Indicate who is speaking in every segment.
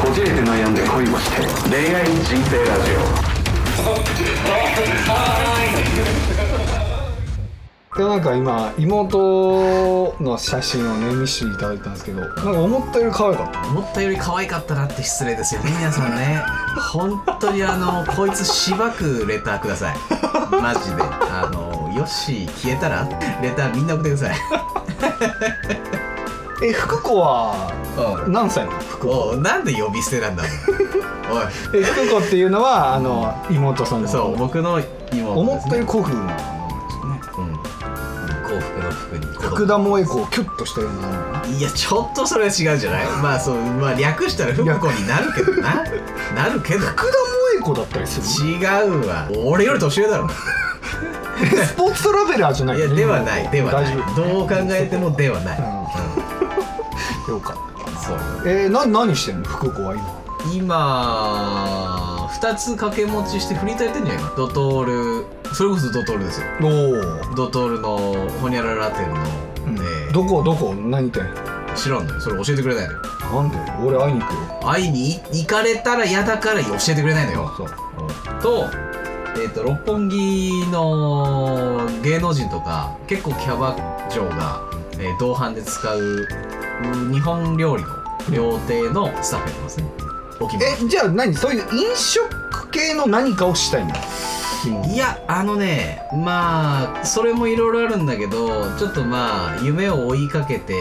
Speaker 1: こじれて悩んで恋をして恋愛人生ラジ
Speaker 2: でなんか今妹の写真をね見せていただいたんですけどなんか思ったより可愛かった
Speaker 3: 思ったより可愛かったなって失礼ですよね皆さんね本当にあのこいつしばくレターくださいマジであのよし消えたらレターみんな送ってください
Speaker 2: え福子は何歳なの福子
Speaker 3: おうなんで呼び捨てなんだろう
Speaker 2: え福子っていうのはあの妹さん
Speaker 3: おい
Speaker 2: の
Speaker 3: そう僕の妹
Speaker 2: 思
Speaker 3: で
Speaker 2: っ
Speaker 3: す
Speaker 2: たより
Speaker 3: ね
Speaker 2: 古風な
Speaker 3: うん幸福の福に
Speaker 2: 福田萌子をキュッとしたようない
Speaker 3: やちょっとそれは違うんじゃないまあそうまあ略したら福子になるけどななるけど
Speaker 2: 福田萌子だったりする
Speaker 3: 違うわ俺より年上だろ
Speaker 2: スポーツトラベラーじゃない
Speaker 3: い
Speaker 2: よ
Speaker 3: や
Speaker 2: ね
Speaker 3: ではないではない
Speaker 2: 大丈
Speaker 3: どう考えてもではない、
Speaker 2: う夫よかっ
Speaker 3: うんそう
Speaker 2: たえー、な何してんの福子は今
Speaker 3: 今2つ掛け持ちして振りたいてんじゃないかドトールそれこそドトールですよ
Speaker 2: お
Speaker 3: ドトールのホニャララテ
Speaker 2: お、う
Speaker 3: ル
Speaker 2: ん
Speaker 3: の、えー
Speaker 2: どこどこ何店
Speaker 3: 知らんのよそれ教えてくれないのよ
Speaker 2: なんで俺会いに行くよ
Speaker 3: 会いに行かれたら嫌だから教えてくれないのよ
Speaker 2: そう
Speaker 3: と,、えー、と六本木の芸能人とか結構キャバ嬢が、えー同伴で使ううん日本料理の料亭のスタッフやってますねおき
Speaker 2: えじゃあ何そういう飲食系の何かをしたいの
Speaker 3: いやあのねまあそれもいろいろあるんだけどちょっとまあ夢を追いかけて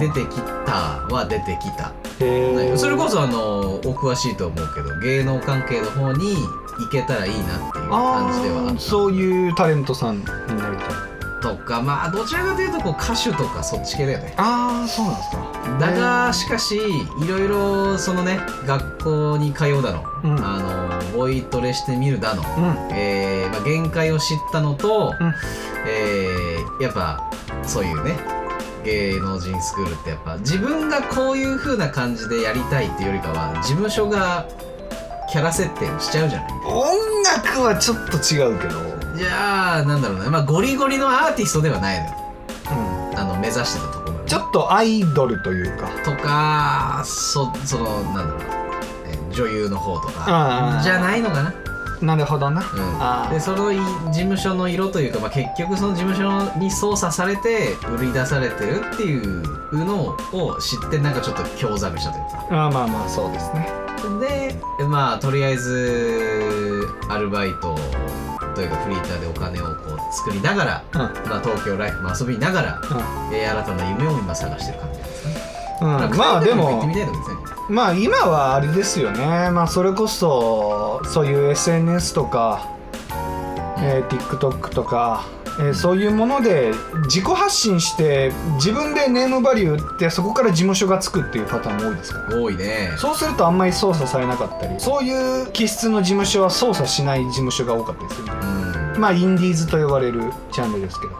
Speaker 3: 出てきたは出てきた、
Speaker 2: へ
Speaker 3: それこそあのお詳しいと思うけど芸能関係の方に行けたらいいなっていう感じではあ
Speaker 2: あ
Speaker 3: っ
Speaker 2: あ
Speaker 3: た
Speaker 2: そういうタレントさんになりたい
Speaker 3: とかまあどちらかというとこう歌手とかそっち系だよね
Speaker 2: ああそうなんですか
Speaker 3: だがしかしいろいろそのね学校に通うだの、
Speaker 2: うん
Speaker 3: あのボイトレしてみるだの、
Speaker 2: うん
Speaker 3: えーまあ、限界を知ったのと、
Speaker 2: うん
Speaker 3: えーやっぱそういうね芸能人スクールってやっぱ自分がこういう風な感じでやりたいっていうよりかは事務所がキャラ設定をしちゃうじゃない
Speaker 2: 音楽はちょっと違うけど、
Speaker 3: じゃあなんだろうな、まあ、ゴリゴリのアーティストではないのよ
Speaker 2: うん、
Speaker 3: あの目指してたところがね
Speaker 2: ちょっとアイドルというか
Speaker 3: とかそそのなんだろうえー女優の方と
Speaker 2: あ
Speaker 3: か
Speaker 2: ー
Speaker 3: じゃないのかな
Speaker 2: なるほどなあ
Speaker 3: う
Speaker 2: ー
Speaker 3: ん、でそのい事務所の色というか、まあ、結局その事務所に操作されて売り出されてるっていうのを知ってなんかちょっと興ざめしたというか
Speaker 2: あーまあまあそうですね
Speaker 3: でまあとりあえずアルバイトというかフリーターでお金をこう作りながら、
Speaker 2: うん
Speaker 3: まあ、東京ライフも遊びながら、えー新たな夢を今探してる感じですね、
Speaker 2: うん、まあで
Speaker 3: 行ってみ
Speaker 2: も
Speaker 3: たいとこですね
Speaker 2: まあ今はあれですよねまあそれこそそういう SNS とか、えー TikTok とか、えーそういうもので自己発信して自分でネームバリューってそこから事務所がつくっていうパターンも多いですから
Speaker 3: 多いね
Speaker 2: そうするとあんまり操作されなかったりそういう気質の事務所は操作しない事務所が多かったりするんで
Speaker 3: うん
Speaker 2: まあインディーズと呼ばれるジャンルですけど、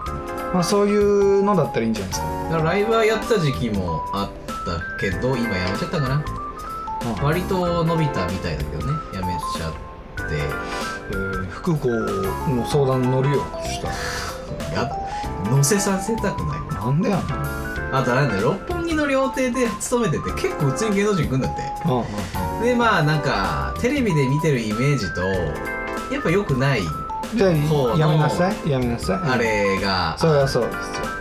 Speaker 2: まあ、そういうのだったらいいんじゃないですか
Speaker 3: だからライブはやってた時期もあったけど今やめちゃったかな、
Speaker 2: うん
Speaker 3: 割と伸びたみたいだけどねやめちゃって
Speaker 2: えー福子の相談乗るよそした
Speaker 3: やだ乗せさせたくない
Speaker 2: らなんでやねん
Speaker 3: あとなんだよ六本木の料亭で勤めてて結構うちに芸能人来んだって
Speaker 2: うんうん
Speaker 3: でまあなんかテレビで見てるイメージとやっぱ良くない
Speaker 2: じゃあ
Speaker 3: ほうの
Speaker 2: やめなさいやめなさい
Speaker 3: あれが
Speaker 2: それはそうですよ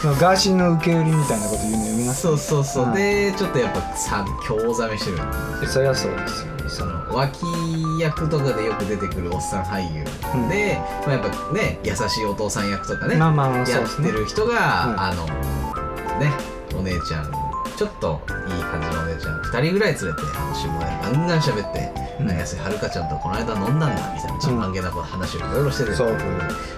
Speaker 2: そのガーシーの受け売りみたいなこと言うのやめなさ
Speaker 3: そうそうそう、
Speaker 2: うん
Speaker 3: でちょっとやっぱさ興ざめしてる
Speaker 2: いそれはそうですよ
Speaker 3: その脇役とかでよく出てくるおっさん俳優、
Speaker 2: うん
Speaker 3: で、まあ、やっぱね優しいお父さん役とかね、
Speaker 2: まあまあまあそう
Speaker 3: や
Speaker 2: で
Speaker 3: っ
Speaker 2: すね
Speaker 3: てる人が、
Speaker 2: うん
Speaker 3: あのねお姉ちゃんちょっといい感じのお姉ちゃん2人ぐらい連れてあの下ネタガンガン喋って、
Speaker 2: うん
Speaker 3: 安井はるかちゃんとこの間飲んだんだみたいなちょっと関係なこと話をいろいろしてて、
Speaker 2: そう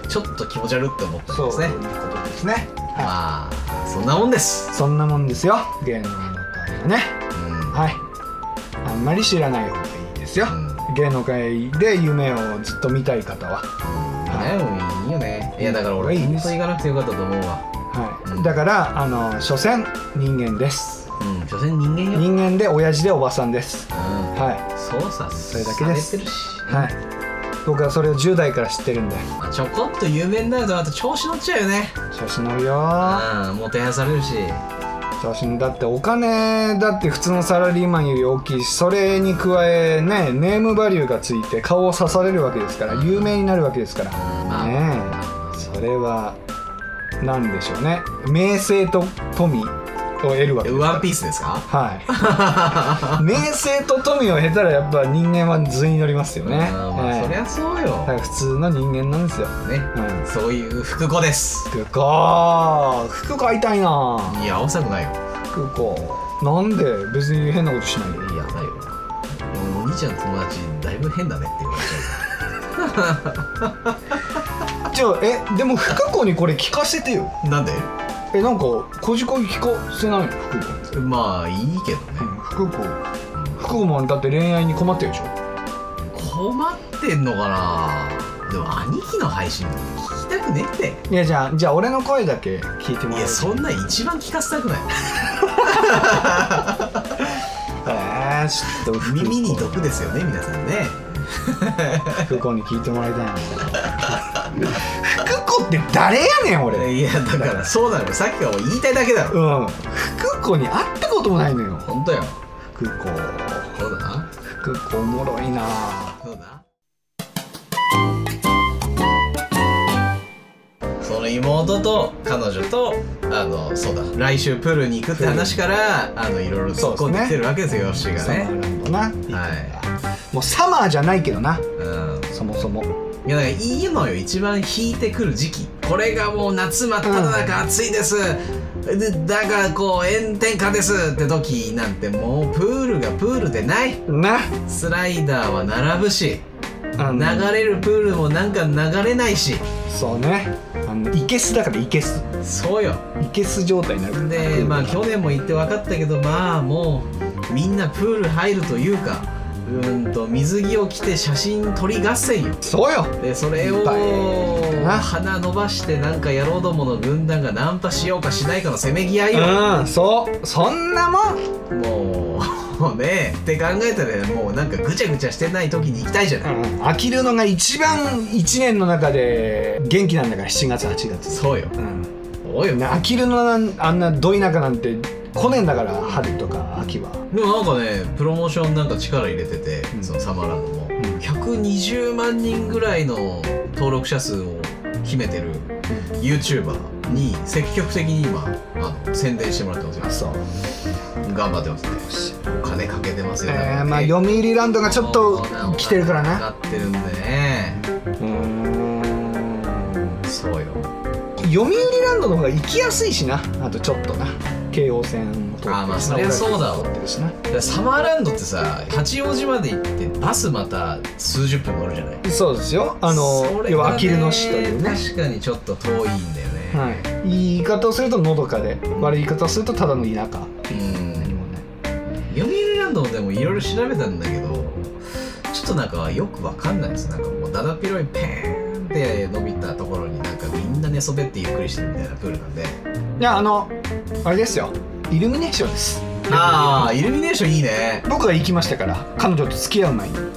Speaker 3: ちょっと気持ち悪って思ったん
Speaker 2: そう
Speaker 3: ですね
Speaker 2: いうことですねはい
Speaker 3: まあそんなもんです、
Speaker 2: そんなもんですよ芸能の会はね
Speaker 3: うん
Speaker 2: はいあんまり知らない方がいいですよ
Speaker 3: うん
Speaker 2: 芸能界で夢をずっと見たい方は、
Speaker 3: ねもういいよねいやだから俺
Speaker 2: いい
Speaker 3: 本
Speaker 2: です
Speaker 3: 当に行かなくてよかったと思うわ
Speaker 2: はい
Speaker 3: うん
Speaker 2: だからあの所詮人間です
Speaker 3: うん所詮人間よ
Speaker 2: 人間で親父でおばさんです
Speaker 3: う
Speaker 2: は
Speaker 3: ん、操作
Speaker 2: それだけです
Speaker 3: されてるし、
Speaker 2: い、はい、僕はそれを10代から知ってるんで
Speaker 3: まあ、ちょこっと有名になるとまた調子乗っちゃうよね
Speaker 2: 調子乗るよ
Speaker 3: うんもてはやされるし
Speaker 2: 写真だってお金だって普通のサラリーマンより大きいしそれに加えねネームバリューがついて顔を刺されるわけですから有名になるわけですから
Speaker 3: まあ
Speaker 2: ね
Speaker 3: まあまあ
Speaker 2: えそれは何でしょうね名声と富を得るわけ
Speaker 3: え
Speaker 2: ですか
Speaker 3: ワ
Speaker 2: ら
Speaker 3: ンピースですか
Speaker 2: はい 名声と富を得たらやっぱ人間は図に乗りますよね、
Speaker 3: うんまあそり
Speaker 2: え
Speaker 3: ゃそう
Speaker 2: えだ
Speaker 3: よ
Speaker 2: か。ら普通の人間なんですよ
Speaker 3: ね。
Speaker 2: うん
Speaker 3: そういう副語です。
Speaker 2: 福子福子会いたいない
Speaker 3: や、遅くないよ。
Speaker 2: 福子なんで別に変なことしないでいい
Speaker 3: い
Speaker 2: や
Speaker 3: や、ないよ。でもお兄ちゃんの友達、だいぶ変だねって言われち
Speaker 2: じゃあえでも福子にこれ聞かせてよ
Speaker 3: ゃう。なんで
Speaker 2: えなんかこじこぎ聞かせないの福子に
Speaker 3: まあ、いいけどね。
Speaker 2: 福子福子もだって恋愛に困ってるでしょ
Speaker 3: 困ってんのかなでも、兄貴の配信聞きたくねえっ
Speaker 2: いやじゃあじゃあ俺の声だけ聞いて
Speaker 3: て。
Speaker 2: も
Speaker 3: い
Speaker 2: らえ
Speaker 3: や、
Speaker 2: る
Speaker 3: そんな一番聞かせたくない。
Speaker 2: えー、ちょっと福子
Speaker 3: 耳に毒ですよね、皆さんね。
Speaker 2: 福子に聞いてもらいたいな福子って誰やねん俺
Speaker 3: いや、だから、そうなのよ。さっきからもう言いたいだけだろ。
Speaker 2: うん福子に会ったこともないのよ
Speaker 3: ほんとよ。
Speaker 2: 福子
Speaker 3: そうだな。
Speaker 2: 福子おもろいな
Speaker 3: そうだその妹と彼女とあのそうだ来週プールに行くって話からあのいろいろ突っ込んできてるわけですよヨッシーが
Speaker 2: サマ
Speaker 3: ね
Speaker 2: ーランドな、
Speaker 3: は
Speaker 2: もうサマーじゃないけどな
Speaker 3: うん
Speaker 2: そもそも
Speaker 3: いやだからいいのよ一番引いてくる時期これがもう夏真っ只中暑いです、でだからこう炎天下ですって時なんてもうプールがプールでない
Speaker 2: な
Speaker 3: スライダーは並ぶし
Speaker 2: あの
Speaker 3: 流れるプールもなんか流れないし
Speaker 2: そうねあのイケスだからイケス
Speaker 3: そうよ
Speaker 2: イケス状態になるから
Speaker 3: でまあ去年も言って分かったけどまあもうみんなプール入るというかうーんと水着を着て写真撮り合戦よ
Speaker 2: そうよ
Speaker 3: でそれを
Speaker 2: いっぱいな
Speaker 3: 鼻伸ばしてなんか野郎どもの軍団がナンパしようかしないかのせめぎ合いよ
Speaker 2: うんそうそんなもん
Speaker 3: もう もうねって考えたらもうなんかぐちゃぐちゃしてない時に行きたいじゃない、
Speaker 2: 飽きるのが一番1年の中で元気なんだから7月8月、
Speaker 3: そうよ
Speaker 2: うん、
Speaker 3: おいよでも
Speaker 2: 飽きるのなんあんなど田舎なんて来ねえんだから春とか秋は
Speaker 3: なんかねプロモーションなんか力入れてて、
Speaker 2: うん
Speaker 3: そのサマランドも、
Speaker 2: ん
Speaker 3: 120万人ぐらいの登録者数を秘めてる YouTuber に積極的に今あの宣伝してもらってますよ
Speaker 2: そう
Speaker 3: 頑張ってますねお金かけてますよ、
Speaker 2: えー、まあ読売ランドがちょっと来てるから
Speaker 3: か
Speaker 2: な
Speaker 3: かってるんでね
Speaker 2: うーん
Speaker 3: そうよ
Speaker 2: 読売ランドの方が行きやすいしなあとちょっとな京王線を通ってるしな
Speaker 3: あーまあそりゃそうだわ
Speaker 2: 俺ら通ってるしな
Speaker 3: だからサマーランドってさ八王子まで行ってバスまた数十分乗るじゃない
Speaker 2: そうですよあの、
Speaker 3: それがね
Speaker 2: 要はあきる野市というね、
Speaker 3: 確かにちょっと遠いんだよね、
Speaker 2: はい、いい言い方をするとのどかで悪い言い方をするとただの田舎
Speaker 3: うん
Speaker 2: 何もない
Speaker 3: 読売ランドもでもいろいろ調べたんだけどちょっとなんかよくわかんないですなんかもうだだっ広いペーンって伸びたところになんかみんな寝そべってゆっくりしてるみたいなプールなんで
Speaker 2: いやあのあれですよイルミネーションです
Speaker 3: ああイルミネーションいいね
Speaker 2: 僕が行きましたから彼女と付き合う前に誘
Speaker 3: 誘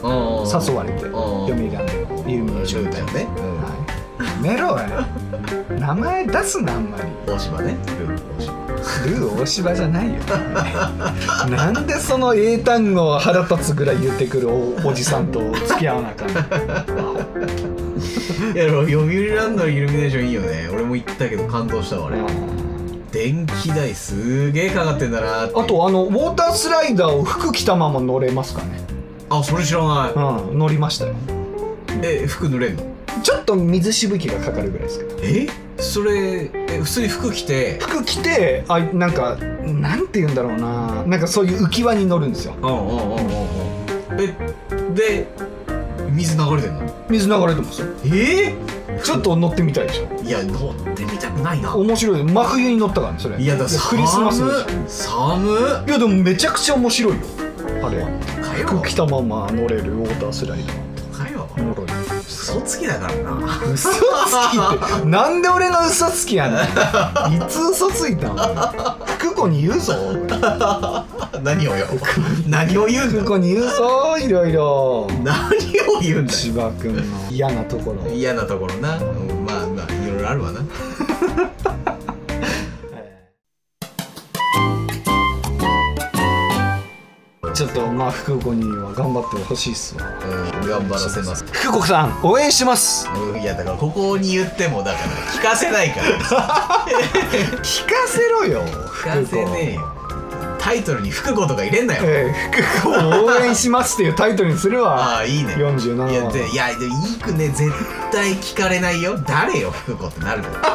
Speaker 2: われて読
Speaker 3: ん
Speaker 2: 売ランドのイルミネーション
Speaker 3: だよね、
Speaker 2: はいやめろよ名前出すなあんまり
Speaker 3: 大島ねルール大島
Speaker 2: ルー大芝じゃないよなんでその英単語を腹立つぐらい言ってくるおおじさんと付き合わなあかんの
Speaker 3: いやでも読売ランドのイルミネーションいいよね俺も行ったけど感動したわあれ電気代すげえかかってんだなーって
Speaker 2: あとあのウォータースライダーを服着たまま乗れますかね
Speaker 3: あそれ知らない
Speaker 2: うん乗りましたよ
Speaker 3: え服濡れんの
Speaker 2: ちょっと水しぶきがかかるぐらいですけど
Speaker 3: えそれえ普通に服着て
Speaker 2: 服着てあなんかなんて言うんだろうななんかそういう浮き輪に乗るんですよ
Speaker 3: うんうんうんうんうんえで水流れてんの
Speaker 2: 水流れてますよ
Speaker 3: え
Speaker 2: ちょっと乗ってみたいでしょ
Speaker 3: いや乗ってみたくないな
Speaker 2: 面白い真冬に乗ったからねそれ
Speaker 3: いやだから
Speaker 2: クリスマスの時
Speaker 3: 寒っ寒っ
Speaker 2: いやでもめちゃくちゃ面白いよあれ
Speaker 3: かよ
Speaker 2: 服着たまま乗れるウォータースライダー
Speaker 3: かよ
Speaker 2: おもろい
Speaker 3: 嘘つきだからな
Speaker 2: 嘘つきってなんで俺が嘘つきやねんいつ嘘ついたん福子に言うぞ
Speaker 3: 何をよ何を言う
Speaker 2: 福
Speaker 3: の
Speaker 2: 子に言うぞいろいろ
Speaker 3: 何を言うんだ
Speaker 2: 千葉君の嫌なところ
Speaker 3: よ嫌なところな、うんまあまあいろいろあるわな
Speaker 2: え
Speaker 3: ろ
Speaker 2: ちょっとまあ福子には頑張ってほしいっすわ
Speaker 3: うん頑張らせます
Speaker 2: 福子さん応援します
Speaker 3: うんいやだからここに言ってもだから聞かせないから
Speaker 2: 聞かせろよ
Speaker 3: 聞か
Speaker 2: 福子
Speaker 3: せねえよタイトルに福子とか入れんなよ
Speaker 2: ええ福子を応援しますっていうタイトルにするわ
Speaker 3: ああいいね
Speaker 2: 47
Speaker 3: いや
Speaker 2: 話
Speaker 3: でいやでいいくね絶対聞かれないよ誰よ福子ってなるから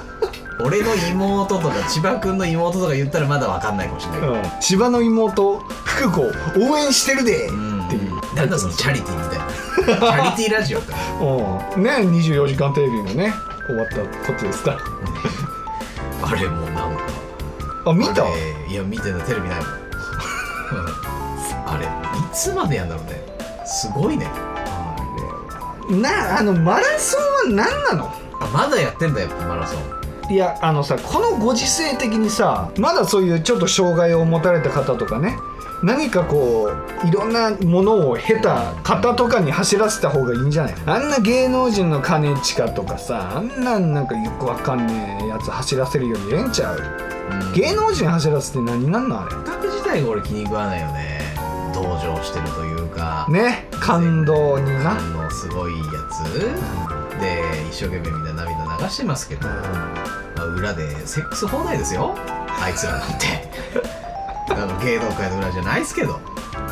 Speaker 3: 俺の妹とか千葉君の妹とか言ったらまだ分かんないかもしれないけど、
Speaker 2: うん千葉の妹福子応援してるで
Speaker 3: うん
Speaker 2: っていう
Speaker 3: なんだそのチャリティーみたいなチャリティーラジオか
Speaker 2: うんね24時間テレビのね終わったことですから
Speaker 3: あれもうなんか
Speaker 2: あ見た
Speaker 3: あれいや見てたテレビないもん うんあれいつまでやんだろうねすごいね
Speaker 2: なあのマラソンは何なの
Speaker 3: あまだやってんだやっぱマラソン
Speaker 2: いやあのさこのご時世的にさまだそういうちょっと障害を持たれた方とかね何かこういろんなものを経た方とかに走らせた方がいいんじゃないあんな芸能人の兼近とかさあんなんなんかよくわかんねえやつ走らせるよりええんちゃう
Speaker 3: うん
Speaker 2: 芸能人走らせて何になんのあれ
Speaker 3: 企画自体が俺気に食わないよね同情してるというか
Speaker 2: ね感動にな
Speaker 3: 感動すごいやつで一生懸命みんな涙流してますけど、まあ、裏でセックス放題ですよあいつらなんて あの芸能界の裏じゃないですけど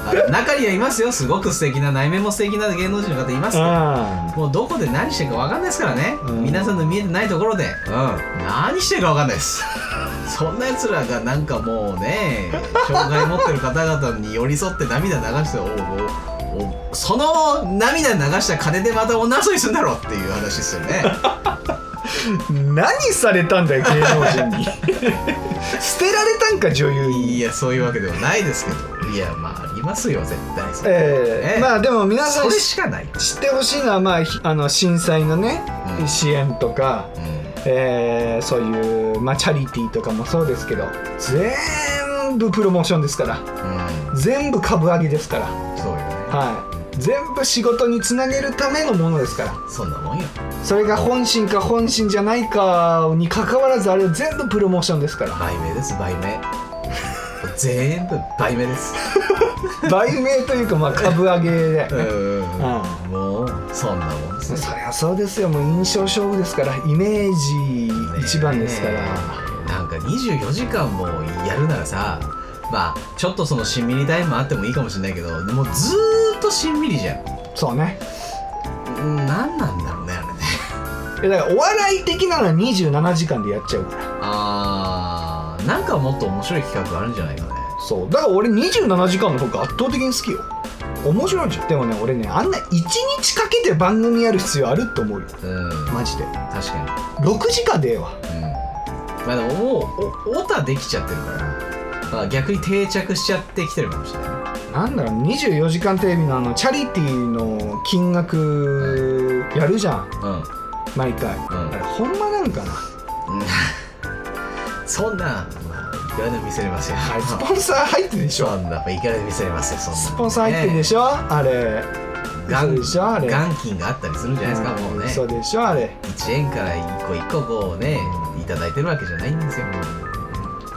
Speaker 3: あの中にはいますよすごく素敵な内面も素敵な芸能人の方いますけど
Speaker 2: う
Speaker 3: もうどこで何してるか分かんないですからね、
Speaker 2: うん
Speaker 3: 皆さんの見えてないところで、うん、何してるか分かんないです そんな奴らがなんかもうね障害持ってる方々に寄り添って涙流しておうおうおうその涙流した金でまた女遊びするんだろうっていう話ですよね
Speaker 2: ん何されたんだよ芸能人に捨てられたんか女優に
Speaker 3: いやそういうわけではないですけどいやまあありますよ絶対そ,、
Speaker 2: ええ
Speaker 3: ええ
Speaker 2: まあでも皆さ
Speaker 3: そ
Speaker 2: ん
Speaker 3: れ
Speaker 2: 知
Speaker 3: しかない、
Speaker 2: ってほしいのは、まあ、ひあの震災のね、
Speaker 3: うん
Speaker 2: 支援とか、
Speaker 3: うん
Speaker 2: えーそういう、まあ、チャリティーとかもそうですけど全部プロモーションですから
Speaker 3: うん、
Speaker 2: 全部株上げですから、
Speaker 3: そうよね
Speaker 2: はい、全部仕事につなげるためのものですから
Speaker 3: そんなもんよ
Speaker 2: それが本心か本心じゃないかに関わらずあれは全部プロモーションですから
Speaker 3: 売名です売名全部売名です
Speaker 2: 売名というか、まあ、株上げで、
Speaker 3: う
Speaker 2: うん
Speaker 3: んもうそんなもんです
Speaker 2: そりゃそうですよもう印象勝負ですからイメージ一番ですから、
Speaker 3: なんか24時間もやるならさまあちょっとそのしんみりタイムあってもいいかもしれないけどもうずーっとしんみりじゃん
Speaker 2: そうね
Speaker 3: うん何なんだろうねあれね
Speaker 2: いやだからお笑い的なのは27時間でやっちゃうから
Speaker 3: あーなんかもっと面白い企画あるんじゃないかね
Speaker 2: そうだから俺27時間の方が圧倒的に好きよ面白いじゃんでもね俺ねあんな1日かけて番組やる必要あると思うよ
Speaker 3: うん
Speaker 2: マジで
Speaker 3: 確か
Speaker 2: 6時間でええわ
Speaker 3: にうんまあでももうおオタできちゃってるから、まあ、逆に定着しちゃってきてるかもしれないね
Speaker 2: なんだろう24時間テレビのあのチャリティーの金額やるじゃん
Speaker 3: うん
Speaker 2: 毎回、あれほんまなんかな
Speaker 3: うんそんな、まあ、いくらでも見せれますよ。
Speaker 2: あれスポンサー入ってるでし
Speaker 3: そ
Speaker 2: ょ
Speaker 3: んな、まあ、いくらでも見せれますよ。そんな、
Speaker 2: スポンサー入ってるでしょ、あれ
Speaker 3: ガン
Speaker 2: 嘘でしょあれ
Speaker 3: 元金があったりするんじゃないですか、もうね。
Speaker 2: そうでしょあれ
Speaker 3: 1円から1個1個こうね、いただいてるわけじゃないんですよ。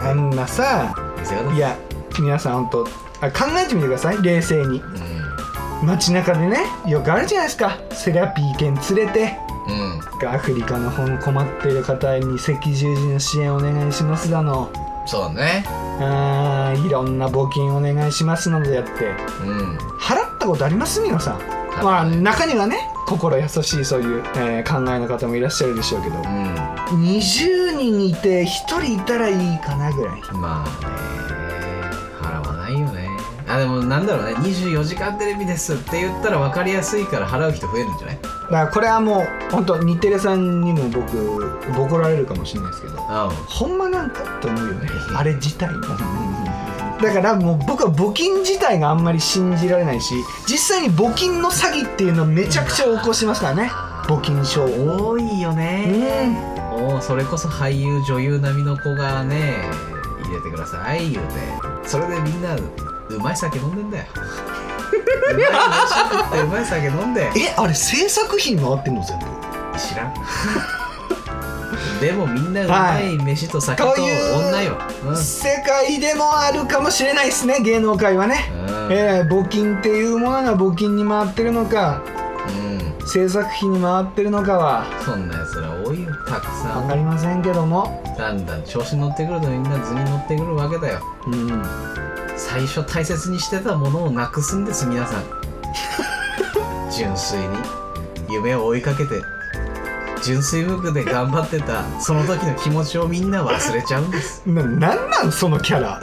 Speaker 2: あんなさ
Speaker 3: 見せ方
Speaker 2: いや皆さん本当あ考えてみてください冷静に街中でねよくあるじゃないですかセラピー犬連れて
Speaker 3: うん。うん。
Speaker 2: アフリカの方の困っている方に赤十字の支援お願いしますだの
Speaker 3: そうだね。
Speaker 2: あーいろんな募金お願いしますなどやって
Speaker 3: うん。
Speaker 2: 払ったことあります皆さん
Speaker 3: い
Speaker 2: まあ中にはね心優しいそういう、えー考えの方もいらっしゃるでしょうけど
Speaker 3: うん。
Speaker 2: 20人いて1人いたらいいかなぐらい
Speaker 3: まあね、払わないよね。あ、でもなんだろうね、24時間テレビですって言ったら分かりやすいから払う人増えるんじゃない
Speaker 2: だからこれはもう本当日テレさんにも僕ボコられるかもしれないですけど
Speaker 3: う
Speaker 2: ほんまなんかと思うよねあれ自体もだからもう僕は募金自体があんまり信じられないし実際に募金の詐欺っていうのをめちゃくちゃ起こしますからね募金症を
Speaker 3: ん。多いよね。
Speaker 2: うん
Speaker 3: もうそれこそ俳優女優並みの子がね入れてください言うてそれでみんなうまい酒飲んでんだようまい飯食ってうまい酒飲んで
Speaker 2: えあれ制作費に回ってんの全部
Speaker 3: 知らんでもみんなうまい飯と酒と
Speaker 2: という
Speaker 3: 女よ、うん
Speaker 2: 世界でもあるかもしれないですね芸能界はね、
Speaker 3: うん
Speaker 2: えー募金っていうものが募金に回ってるのか
Speaker 3: うん
Speaker 2: 制作費に回ってるのかは
Speaker 3: そんなやつら多いよたくさ
Speaker 2: 分かりませんけども、
Speaker 3: んだんだん調子乗ってくるとみんな図に乗ってくるわけだよ
Speaker 2: うん、
Speaker 3: 最初大切にしてたものをなくすんです皆さん 純粋に夢を追いかけて純粋無垢で頑張ってたその時の気持ちをみんな忘れちゃうんです
Speaker 2: ななんなんそのキャラ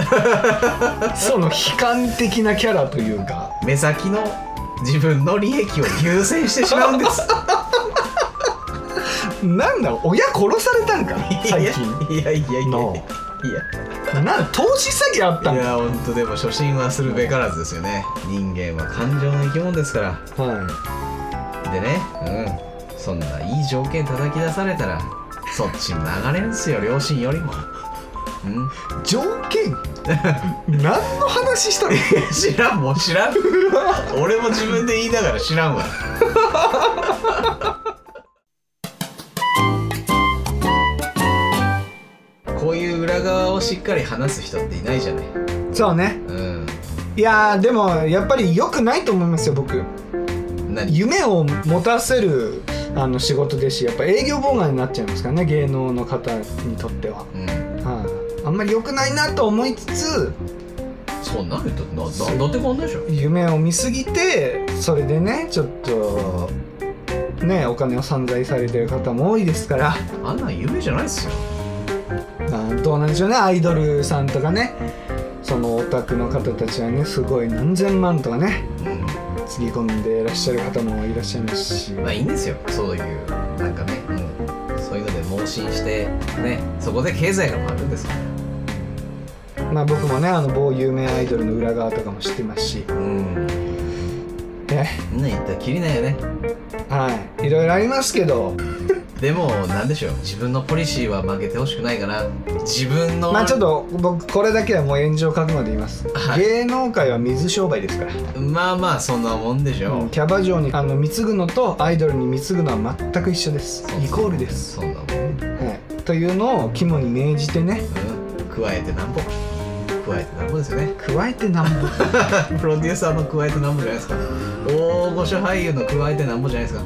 Speaker 2: その悲観的なキャラというか
Speaker 3: 目先の自分の利益を優先してしまうんです
Speaker 2: なんだ親殺されたんか 最近
Speaker 3: いやいやいやいやいや
Speaker 2: のなん投資詐欺あった
Speaker 3: い
Speaker 2: ん
Speaker 3: や本当でも初心はするべからずですよね人間は感情の生き物ですから
Speaker 2: は
Speaker 3: でね、うん、そんないい条件叩き出されたらそっちに流れるんすよ両親よりもうん
Speaker 2: い、条件何の話したの
Speaker 3: 知らんもん知らん 俺も自分で言いながら知らんわ こういう裏側をしっかり話す人っていないじゃない
Speaker 2: そうね
Speaker 3: うん
Speaker 2: いやーでもやっぱり良くないと思いますよ僕
Speaker 3: 何
Speaker 2: 夢を持たせるあの仕事ですしやっぱ営業妨害になっちゃいますからね芸能の方にとっては、
Speaker 3: うん
Speaker 2: はいあんまり良くないなと思いつつ
Speaker 3: そうなるとななだってこんなでしょ
Speaker 2: 夢を見すぎてそれでねちょっとねお金を散財されてる方も多いですから
Speaker 3: あんなん夢じゃないっすよ
Speaker 2: あどうなんでしょうねアイドルさんとかねそのオタクの方たちはねすごい何千万とかね
Speaker 3: うん
Speaker 2: つぎ込んでいらっしゃる方もいらっしゃいますし
Speaker 3: まあいいんですよそういうなんかね、うん、そういうので盲信してねそこで経済が回るんですから
Speaker 2: まあ僕もねあの某有名アイドルの裏側とかも知ってますし
Speaker 3: うん
Speaker 2: ね
Speaker 3: みんな言ったらきりないよね
Speaker 2: はいいろいろありますけど
Speaker 3: でもなんでしょう自分のポリシーは負けてほしくないから自分の
Speaker 2: まあちょっと僕これだけはもう炎上覚悟で言います、
Speaker 3: はい
Speaker 2: 芸能界は水商売ですから
Speaker 3: まあまあそんなもんでしょう、
Speaker 2: うんキャバ嬢にあの貢ぐのとアイドルに貢ぐのは全く一緒です
Speaker 3: そうそう
Speaker 2: イコールです、
Speaker 3: そんなもん、うん、
Speaker 2: はい、というのを肝に銘じてね
Speaker 3: 加えてなんぼ加えてなんぼですよね
Speaker 2: 加えてなん ぼ
Speaker 3: プロデューサーの加えてなんぼじゃないですか大御所俳優の加えてなんぼじゃないですか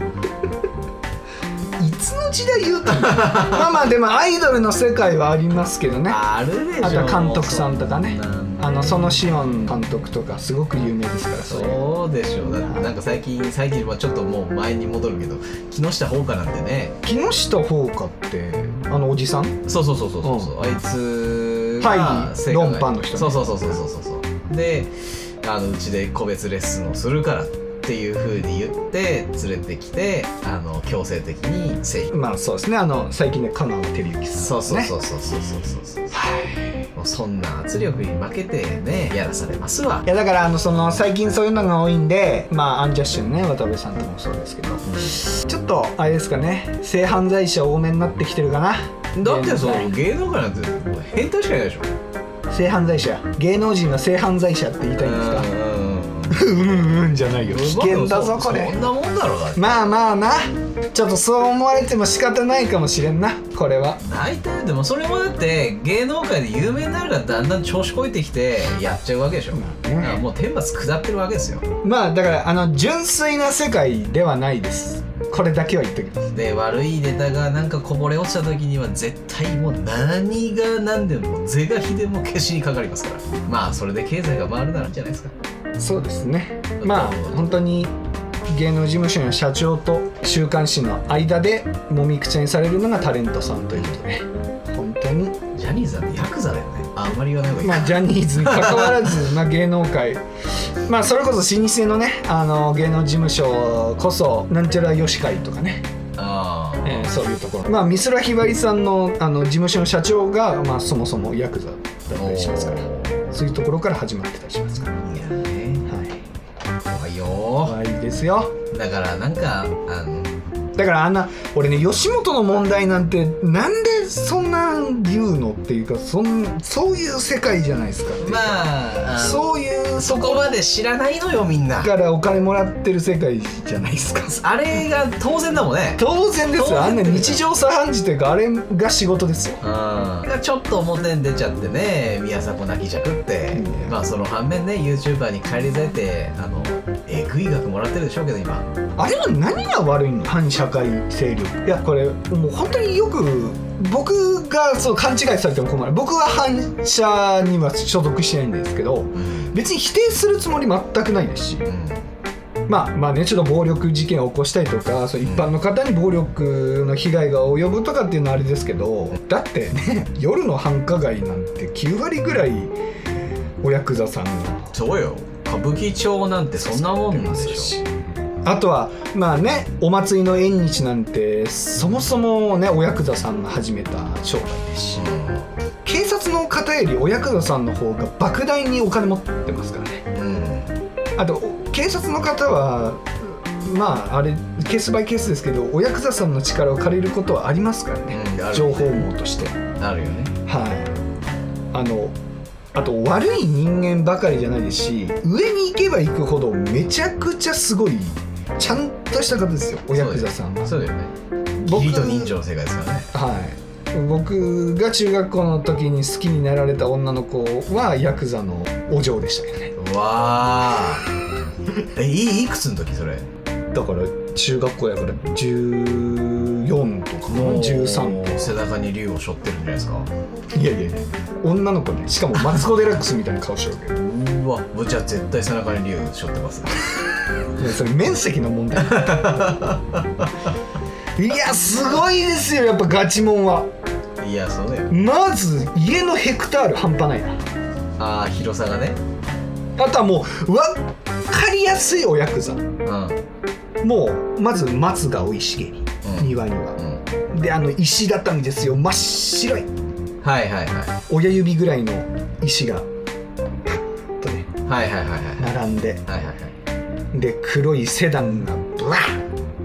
Speaker 2: いつの時代言うたのまあまあでもアイドルの世界はありますけどね
Speaker 3: あるでしょ
Speaker 2: あと監督さんとかね
Speaker 3: そんな
Speaker 2: あのそのシオン監督とかすごく有名ですからそういう
Speaker 3: そうでしょうだってなんか最近最近はちょっともう前に戻るけど木下ほうかなんてね
Speaker 2: 木下ほうかってあのおじさん
Speaker 3: そうそうそうそうそうそう、あいつ
Speaker 2: はい
Speaker 3: 性格が
Speaker 2: 論破の人ね
Speaker 3: そうそうそうそうそうそうそうであのうちで個別レッスンをするからっていうふうに言って連れてきてあの強制的に性引
Speaker 2: まあそうですねあの最近ね香川照之さん
Speaker 3: そうそう
Speaker 2: ね
Speaker 3: そうそうそうそうそうそう、もうそんな圧力に負けてねやらされますわ
Speaker 2: いやだからあのその最近そういうのが多いんでまあアンジャッシュのね渡部さんとかもそうですけどちょっとあれですかね性犯罪者多めになってきてるかな
Speaker 3: だってそ
Speaker 2: 芸
Speaker 3: う
Speaker 2: 能
Speaker 3: 芸能界なんてもう変態しかいないでしょ
Speaker 2: 界性犯罪者芸能人の性犯罪者って言いたいんですか
Speaker 3: うんうんうん
Speaker 2: うんうんうんじゃないよ危険だぞこ
Speaker 3: そ
Speaker 2: れ
Speaker 3: んなもんだろうだって
Speaker 2: まあまあなちょっとそう思われても仕方ないかもしれんなこれは
Speaker 3: 大体でもそれもだって芸能界で有名になるからだんだん調子こいてきてやっちゃうわけでしょ、
Speaker 2: まあね
Speaker 3: だからもう天罰下ってるわけですよ
Speaker 2: まあだからあの純粋な世界ではないですこれだけは言っときます
Speaker 3: で悪いネタがなんかこぼれ落ちた時には絶対もう何が何でも是が非でも消しにかかりますからまあそれで経済が回るならいいんじゃないですか
Speaker 2: そうですねまあ本当に芸能事務所の社長と週刊誌の間でもみくちゃにされるのがタレントさんということで本当に
Speaker 3: ジャニーズなんてヤクザだよねあんまり言わない方がいい、
Speaker 2: まあジャニーズに関わらず まあ芸能界まあそれこそ老舗のねあの芸能事務所こそなんちゃらよし会とかね
Speaker 3: あー
Speaker 2: えーそういうところまあ美空ひばりさんのあの事務所の社長が、まあ、そもそもヤクザだったりしますからそういうところから始まってたりしますから
Speaker 3: おーいやね
Speaker 2: はい
Speaker 3: 怖いよー
Speaker 2: 怖いですよ
Speaker 3: だからなんかあの
Speaker 2: だからあんな俺ね吉本の問題なんてなんでそんなん言うのっていうかそんそういう世界じゃないですか、
Speaker 3: まああの
Speaker 2: そういう
Speaker 3: そこまで知らないのよみんな
Speaker 2: からお金もらってる世界じゃないですか
Speaker 3: あれが当然だもんね
Speaker 2: 当然ですよあんな日常茶飯事というかあれが仕事ですよ
Speaker 3: うん、ちょっと表に出ちゃってね宮迫泣きじゃくって、
Speaker 2: うん
Speaker 3: まあその反面ね YouTuber に返り咲いてあのえぐい額もらってるでしょうけど今
Speaker 2: あれは何が悪いの反社会勢力いやこれもう本当によく僕がそう勘違いされても困る僕は反社には所属してないんですけど
Speaker 3: うん、
Speaker 2: 別に否定するつもり全くないですしまあまあねちょっと暴力事件を起こしたりとかそう一般の方に暴力の被害が及ぶとかっていうのはあれですけどだってね夜の繁華街なんて9割ぐらいおヤクザさんが
Speaker 3: そうよ歌舞伎町なんてそんなもんなんでしょ
Speaker 2: あとはまあねお祭りの縁日なんてそもそもねおヤクザさんが始めた商売ですし警察の方よりおヤクザさんの方が莫大にお金持ってますからね
Speaker 3: うん、うん
Speaker 2: あとお警察の方はまああれケースバイケースですけどおヤクザさんの力を借りることはありますからね
Speaker 3: うんある
Speaker 2: 情報網として
Speaker 3: あるよね
Speaker 2: はいあのあと悪い人間ばかりじゃないですし上に行けば行くほどめちゃくちゃすごいちゃんとした方ですよおヤクザさんは
Speaker 3: そうだよね
Speaker 2: 僕
Speaker 3: 義理と人情の世界ですからね
Speaker 2: はい僕が中学校の時に好きになられた女の子はヤクザのお嬢でしたけどね
Speaker 3: うわあ えいいいくつの時それ
Speaker 2: だから中学校やから14とか
Speaker 3: もう
Speaker 2: 13とか
Speaker 3: 背中に竜を背負ってるんじゃないですか
Speaker 2: いやいやいや女の子ねしかもマツコ・デラックスみたいな顔してるわけど
Speaker 3: うわじゃあ絶対背中に竜背負ってます
Speaker 2: いやそれ面積の問題 いやすごいですよやっぱガチモンはい
Speaker 3: やそうだよ
Speaker 2: まず家のヘクタール半端ないな
Speaker 3: ああ広さがね
Speaker 2: あとはもう分かりやすいおヤクザ
Speaker 3: うんうん
Speaker 2: もうまず松が生い茂り庭にはであの石畳ですよ真っ白い
Speaker 3: はいはいは
Speaker 2: 親指ぐらいの石がパッとね
Speaker 3: いはいはいはいはい
Speaker 2: 並んで
Speaker 3: はいはいはい
Speaker 2: で黒いセダンがブワー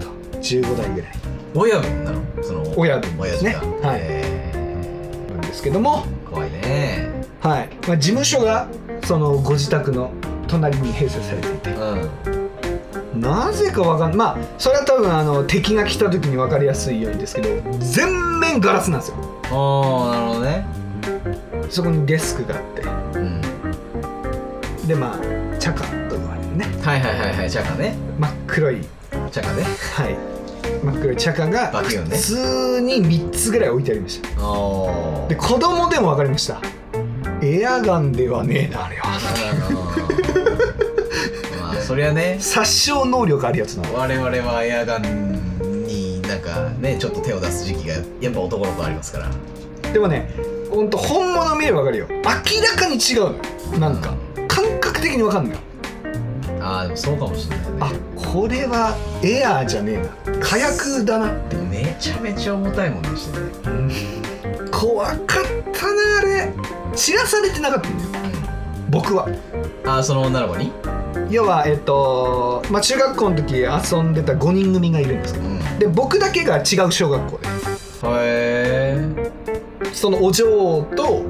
Speaker 2: ッと15台ぐらい
Speaker 3: 親分なのその
Speaker 2: 親分
Speaker 3: 親
Speaker 2: です
Speaker 3: 父
Speaker 2: ね
Speaker 3: が
Speaker 2: はい
Speaker 3: え
Speaker 2: なんですけども、
Speaker 3: ー怖いね
Speaker 2: はいまあ、事務所がそのご自宅の隣に併設されていて
Speaker 3: う
Speaker 2: なぜかわかんないまあそれは多分あの敵が来た時に分かりやすいようにですけど全面ガラスなんですよ
Speaker 3: んおーなるほどね
Speaker 2: そこにデスクがあっ
Speaker 3: うん
Speaker 2: てでまあ茶化と言われるね
Speaker 3: はいはいはいはいチャカね
Speaker 2: 真っ黒い
Speaker 3: チャカね
Speaker 2: はい真っ黒い茶化が
Speaker 3: バキュンね
Speaker 2: 普通に3つぐらい置いてありました
Speaker 3: おー
Speaker 2: で子供でも分かりましたエアガンではねえなあれは
Speaker 3: あのー まあそりゃね
Speaker 2: 殺傷能力あるやつなの
Speaker 3: 我々はエアガンになんかねちょっと手を出す時期がやっぱ男の子ありますから
Speaker 2: でもねほんと本物見れば分かるよ明らかに違うのよなんか感覚的に分かんのよ
Speaker 3: ああでもそうかもしれない
Speaker 2: あ
Speaker 3: ね
Speaker 2: これはエアーじゃねえな火薬だな
Speaker 3: めちゃめちゃ重たいもんでしたね、
Speaker 2: 怖かったなあれ知らされてなかったんだよ僕は
Speaker 3: ああその女の子に
Speaker 2: 要はえっと、まあ、中学校の時遊んでた5人組がいるんですけど
Speaker 3: うんへ
Speaker 2: で僕だけが違う小学校で
Speaker 3: え
Speaker 2: そのお嬢と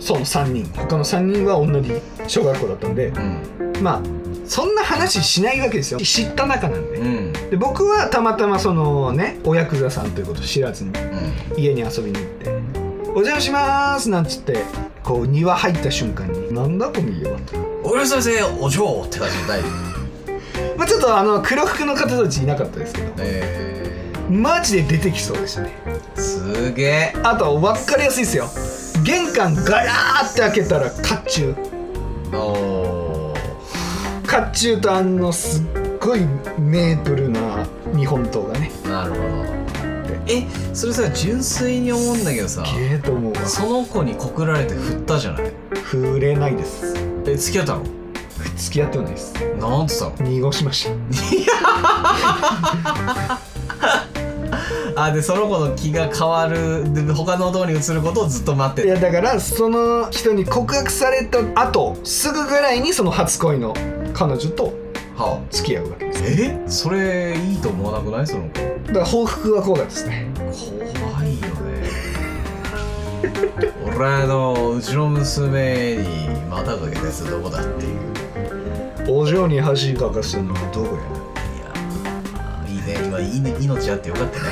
Speaker 2: その3人他の3人は同じ小学校だったんで
Speaker 3: うん
Speaker 2: まあそんな話しないわけですよ知った仲なんで
Speaker 3: うん
Speaker 2: で僕はたまたまそのねおヤクザさんということを知らずに家に遊びに行って「お邪魔します」なんつってこう庭入った瞬間に「なんだこの家は」と、
Speaker 3: うん俺先生お嬢って感じで大丈夫
Speaker 2: まあ、ちょっとあの黒服の方たちいなかったですけど
Speaker 3: へ
Speaker 2: マジで出てきそうでしたね
Speaker 3: えすげえ
Speaker 2: あと分かりやすいですよ玄関ガラーって開けたら甲冑
Speaker 3: おー
Speaker 2: 甲冑とあのすっごいメープルな日本刀がね
Speaker 3: なるほどえそれさ純粋に思うんだけどさ
Speaker 2: ええと思うわ
Speaker 3: その子に告られて振ったじゃない
Speaker 2: 触れないです
Speaker 3: え付き合ったの
Speaker 2: 付き合ってはないです
Speaker 3: なんつったの
Speaker 2: 濁しました
Speaker 3: あでその子の気が変わるで他の男に移ることをずっと待って
Speaker 2: い
Speaker 3: て
Speaker 2: やだからその人に告白された後すぐぐらいにその初恋の彼女と
Speaker 3: は
Speaker 2: 付き合うわけです
Speaker 3: えそれいいと思わなくないその子
Speaker 2: だから報復はこうなんですね
Speaker 3: 怖いよ ね俺あのうちの娘に股かけたやつどこだっていう
Speaker 2: お嬢に恥かかすのはどこ
Speaker 3: いやあいいね今いいね命あってよかったね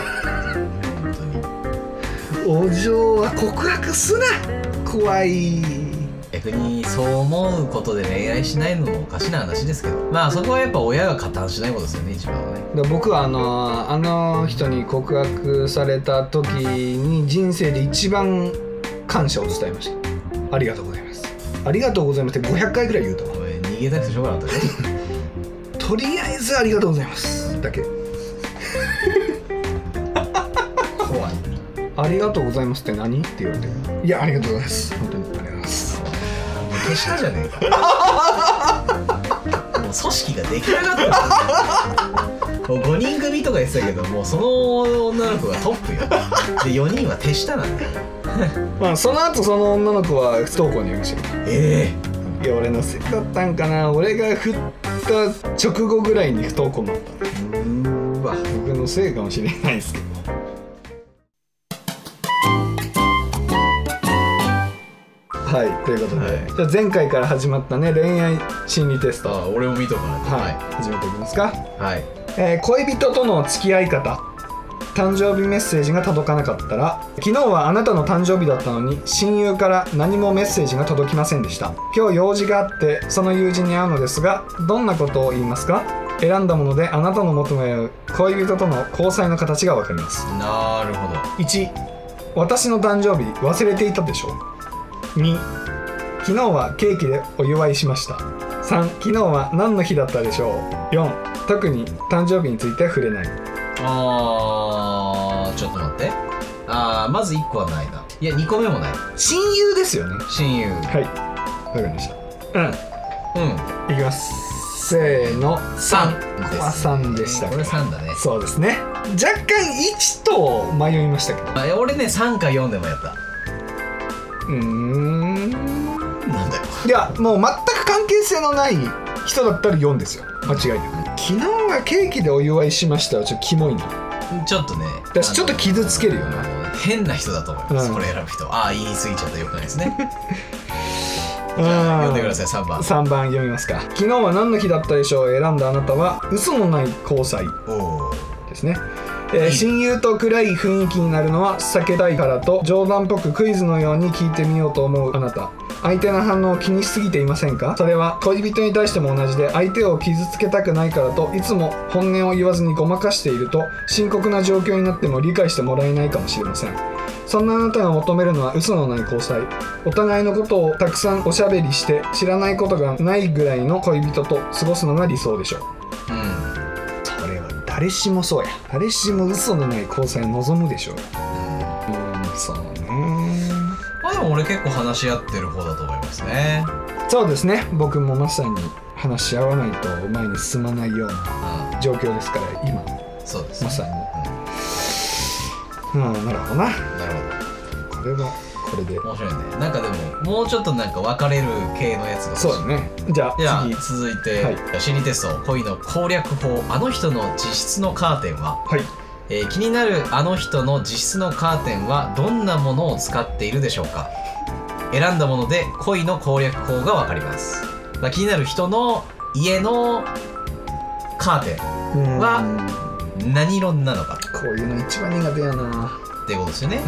Speaker 3: 本当に
Speaker 2: やお嬢は告白すな怖い
Speaker 3: 逆にそう思うことで恋愛しないのもおかしな話ですけどまあそこはやっぱ親が加担しないことですよね一番はね
Speaker 2: だから僕はあのあの人に告白された時に人生で一番感謝を伝えましたありがとうございますありがとうございますって500回ぐらい言うと思
Speaker 3: お前逃げたくてしょうがなかったね
Speaker 2: うとりあえずありがとうございますだけ
Speaker 3: 怖い
Speaker 2: ありがとうございますって何って言われていやありがとうございます本当にありがとうございます
Speaker 3: 手下じゃねえかもう組織が出来上がったもう5人組とか言ってたけどもうその女の子がトップよで4人は手下なんだよ
Speaker 2: まあその後その女の子は不登校にいました
Speaker 3: え
Speaker 2: いや俺のせいだったんかな俺が振った直後ぐらいに不登校になった
Speaker 3: えー、うわ
Speaker 2: 僕のせいかもしれないですけどはいということで、
Speaker 3: はい
Speaker 2: じゃあ前回から始まったね恋愛心理テストは、
Speaker 3: あ俺も見とかないいは
Speaker 2: 始めていきますか、
Speaker 3: いはい
Speaker 2: えー恋人との付き合い方誕生日メッセージが届かなかったら昨日はあなたの誕生日だったのに親友から何もメッセージが届きませんでした今日用事があってその友人に会うのですがどんなことを言いますか選んだものであなたの求める恋人との交際の形がわかります
Speaker 3: なるほど
Speaker 2: 1私の誕生日忘れていたでしょ2昨日はケーキでお祝いしました3昨日は何の日だったでしょう4特に誕生日については触れない
Speaker 3: あーちょっと待ってあーまず1個はないないや2個目もない
Speaker 2: 親友ですよね
Speaker 3: 親友
Speaker 2: はいわかりましたうん
Speaker 3: うん
Speaker 2: いきますせーの
Speaker 3: 3
Speaker 2: ここは3でした
Speaker 3: これ3だね
Speaker 2: そうですね若干1と迷いましたけど
Speaker 3: あ俺ね3か4でもやった
Speaker 2: うーん
Speaker 3: なんだよ
Speaker 2: いやもう全く関係性のない人だったら4ですよ間違いなく昨日はケーキでお祝いしましたはちょっとキモいな
Speaker 3: ちょっとね
Speaker 2: だしちょっと傷つけるよ
Speaker 3: あ
Speaker 2: な
Speaker 3: の変な人だと思います、
Speaker 2: うん
Speaker 3: これ選ぶ人ああ言い過ぎちゃったよくないで すね
Speaker 2: じ
Speaker 3: 読んでください3番
Speaker 2: 3番読みますか昨日は何の日だったでしょう選んだあなたは嘘のない交際
Speaker 3: おお
Speaker 2: ですね、えー
Speaker 3: い
Speaker 2: 親友と暗い雰囲気になるのは避けたいからと冗談っぽくクイズのように聞いてみようと思うあなた相手の反応を気にしすぎていませんかそれは恋人に対しても同じで相手を傷つけたくないからといつも本音を言わずにごまかしていると深刻な状況になっても理解してもらえないかもしれませんそんなあなたが求めるのは嘘のない交際お互いのことをたくさんおしゃべりして知らないことがないぐらいの恋人と過ごすのが理想でしょう
Speaker 3: うん
Speaker 2: それは誰しもそうや誰しも嘘のない交際を望むでしょううんそうね
Speaker 3: まあでも俺結構話し合ってる方だと思いますね
Speaker 2: そうですね僕もまさに話し合わないと前に進まないような
Speaker 3: う
Speaker 2: 状況ですから今
Speaker 3: んそうです
Speaker 2: ま
Speaker 3: ね
Speaker 2: さにうんなるほどな
Speaker 3: なる
Speaker 2: これはこれで
Speaker 3: ほど面白いねなんかでももうちょっとなんか分かれる系のやつが欲しい
Speaker 2: そうだねじゃ
Speaker 3: じゃ
Speaker 2: あ
Speaker 3: あ
Speaker 2: 次
Speaker 3: 続いて、
Speaker 2: は
Speaker 3: 心理テスト恋の攻略法あの人の実質のカーテンは
Speaker 2: はい
Speaker 3: えー気になるあの人の実質のカーテンはどんなものを使っているでしょうか選んだもので恋の攻略法がわかります、まあ、気になる人の家のカーテ
Speaker 2: うん
Speaker 3: はン何色なのか
Speaker 2: こういうの一番苦手やなは
Speaker 3: っていうことですよね
Speaker 2: い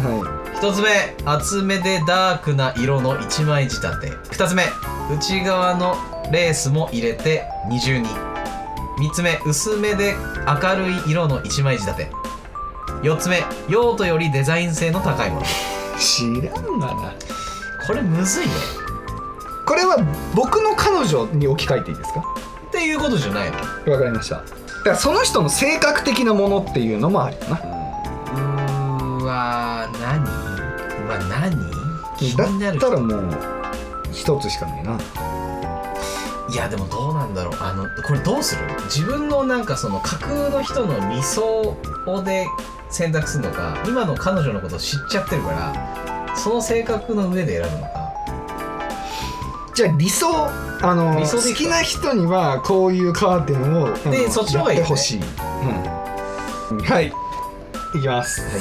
Speaker 3: 1つ目厚めでダークな色の1枚仕立て2つ目内側のレースも入れて二重に3つ目薄めで明るい色の1枚仕立て4つ目用途よりデザイン性の高いもの
Speaker 2: 知らんがな
Speaker 3: これむずいね
Speaker 2: これは僕の彼女に置き換えていいですか
Speaker 3: っていうことじゃないの
Speaker 2: わかりましただからその人の性格的なものっていうのもあるよな
Speaker 3: うーわー何うわ何気にな
Speaker 2: だっ
Speaker 3: る
Speaker 2: たらもう一つしかないない
Speaker 3: やでもどうなんだろうあのこれどうする自分のなんかその架空の人の理想をで選択するのか今の彼女のことを知っちゃってるからその性格の上で選ぶのか
Speaker 2: じゃあ理想あの
Speaker 3: 理想でい
Speaker 2: 好
Speaker 3: いか
Speaker 2: きな人にはこういうカーテンをあ
Speaker 3: でそっちの方がいい
Speaker 2: や
Speaker 3: よ
Speaker 2: ってほ
Speaker 3: ね
Speaker 2: しい、うん、はいいきます、
Speaker 3: はい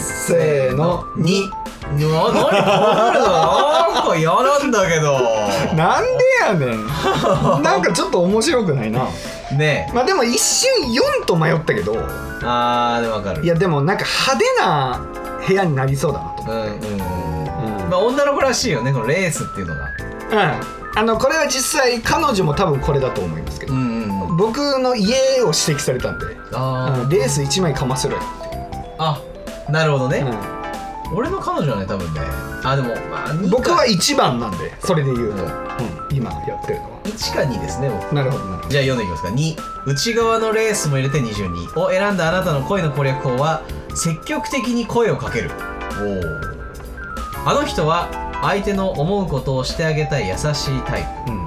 Speaker 2: せーの
Speaker 3: にな何これなんか嫌なんだけど
Speaker 2: なんでやねん なんかちょっと面白くないな
Speaker 3: ねえ
Speaker 2: まあでも一瞬4と迷ったけど
Speaker 3: あーでもわかる
Speaker 2: いやでもなんか派手な部屋になりそうだなと
Speaker 3: う
Speaker 2: 思
Speaker 3: んうんうん
Speaker 2: って、うん
Speaker 3: まあ女の子らしいよねこのレースっていうのが
Speaker 2: うん、あのこれは実際彼女も多分これだと思いますけど、
Speaker 3: んうんうん
Speaker 2: 僕の家を指摘されたんで、
Speaker 3: あ
Speaker 2: うんレース1枚かませろよ、
Speaker 3: ーあなるほどね、
Speaker 2: う
Speaker 3: 俺の彼女はね多分ねあでも、まあ、
Speaker 2: ん、僕は
Speaker 3: 1
Speaker 2: 1番なんでそれで言うと、
Speaker 3: う
Speaker 2: うんん今やってるのは
Speaker 3: か2ですね僕
Speaker 2: なるほどなるほ
Speaker 3: じゃあ読んでいきますか2内側のレースも入れて22を選んだあなたの恋の攻略法は積極的に声をかけるおあの人は相手の思うことをしてあげたい優しいタイプ
Speaker 2: ど、うん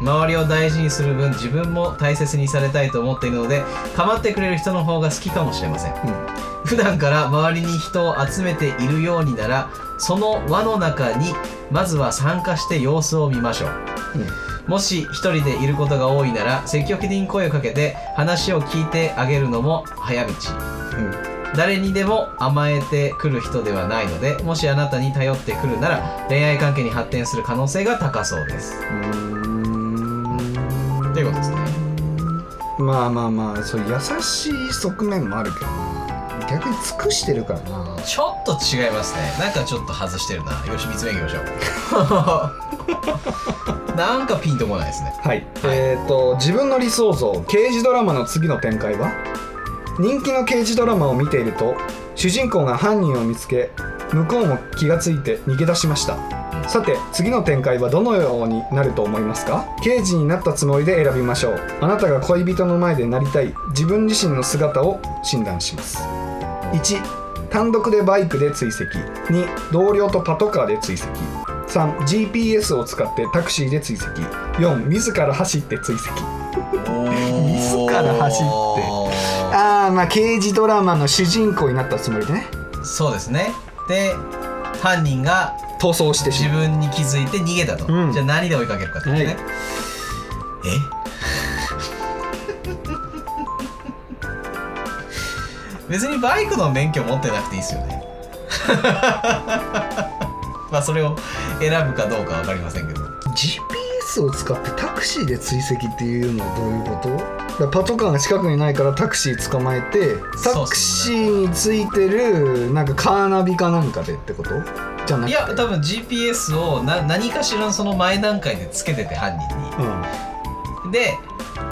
Speaker 3: 周りを大事にする分自分も大切にされたいと思っているので構ってくれる人の方が好きかもしれません
Speaker 2: う
Speaker 3: 普段から周りに人を集めているようにならその輪の中にまずは参加して様子を見ましょうん
Speaker 2: うん
Speaker 3: もし一人でいることが多いなら積極的に声をかけて話を聞いてあげるのも早道誰にでも甘えてくる人ではないのでもしあなたに頼ってくるなら恋愛関係に発展する可能性が高そうです
Speaker 2: うん
Speaker 3: ということですね
Speaker 2: まあまあまあそう優しい側面もあるけどな逆に尽くしてるからな
Speaker 3: ちょっと違いますねなんかちょっと外してるなよし3つ目いきましょ うなんかピンとこないですね
Speaker 2: はい、えっ、と自分の理想像刑事ドラマの次の展開は人気の刑事ドラマを見ていると主人公が犯人を見つけ向こうも気がついて逃げ出しましたさて次の展開はどのようになると思いますか刑事になったつもりで選びましょうあなたが恋人の前でなりたい自分自身の姿を診断します1単独でバイクで追跡2同僚とパトカーで追跡 3GPS を使ってタクシーで追跡4自ら走って追跡
Speaker 3: 自
Speaker 2: ら走ってああまあ刑事ドラマの主人公になったつもりでね
Speaker 3: そうですねで犯人が
Speaker 2: 逃走してし
Speaker 3: 自
Speaker 2: まう
Speaker 3: 分に気づいて逃げたと、
Speaker 2: うん
Speaker 3: じゃあ何で追いかけるかってことね、
Speaker 2: はい
Speaker 3: え 別にバイクの免許持ってなくていいですよね まあそれを選ぶかどうか分かりませんけど
Speaker 2: GPS を使ってタクシーで追跡っていうのはどういうことだからパトカーが近くにないからタクシー捕まえてタクシーについてるなんかカーナビかなんかでってことじゃなくて
Speaker 3: いや多分 GPS をな何かしらのその前段階でつけてて犯人に
Speaker 2: うん
Speaker 3: で、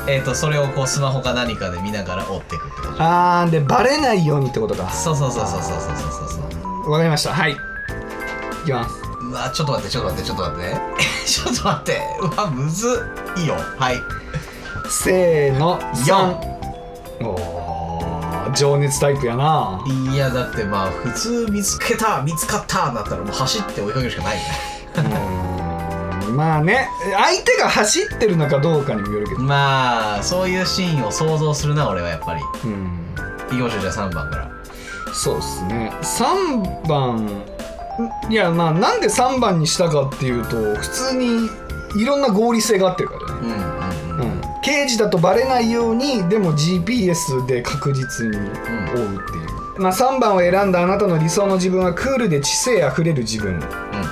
Speaker 3: えー、とそれをこうスマホか何かで見ながら追っていくってこと
Speaker 2: あーでバレないようにってことか
Speaker 3: そうそうそうそうそうそうそうそう
Speaker 2: わかりましたはいいきます
Speaker 3: うわちょっと待ってちょっと待ってちょっと待って ちょっと待ってうわむずいいよはい
Speaker 2: せーの
Speaker 3: 四
Speaker 2: 3おー情熱タイプやない
Speaker 3: やだってまあ普通見つけた見つかっただったらもう走って追いかけるしかないよね
Speaker 2: うーんまあね相手が走ってるのかどうかにもよるけど
Speaker 3: まあそういうシーンを想像するな俺はやっぱり
Speaker 2: うん
Speaker 3: いきましょうじゃあ3番から
Speaker 2: そうっすね3番んいやまあなんで3番にしたかっていうと普通にいろんな合理性があってるからね
Speaker 3: うんうんうん
Speaker 2: うん、刑事だとバレないようにでも GPS で確実に追うっていう、まあ、3番を選んだあなたの理想の自分はクールで知性あふれる自分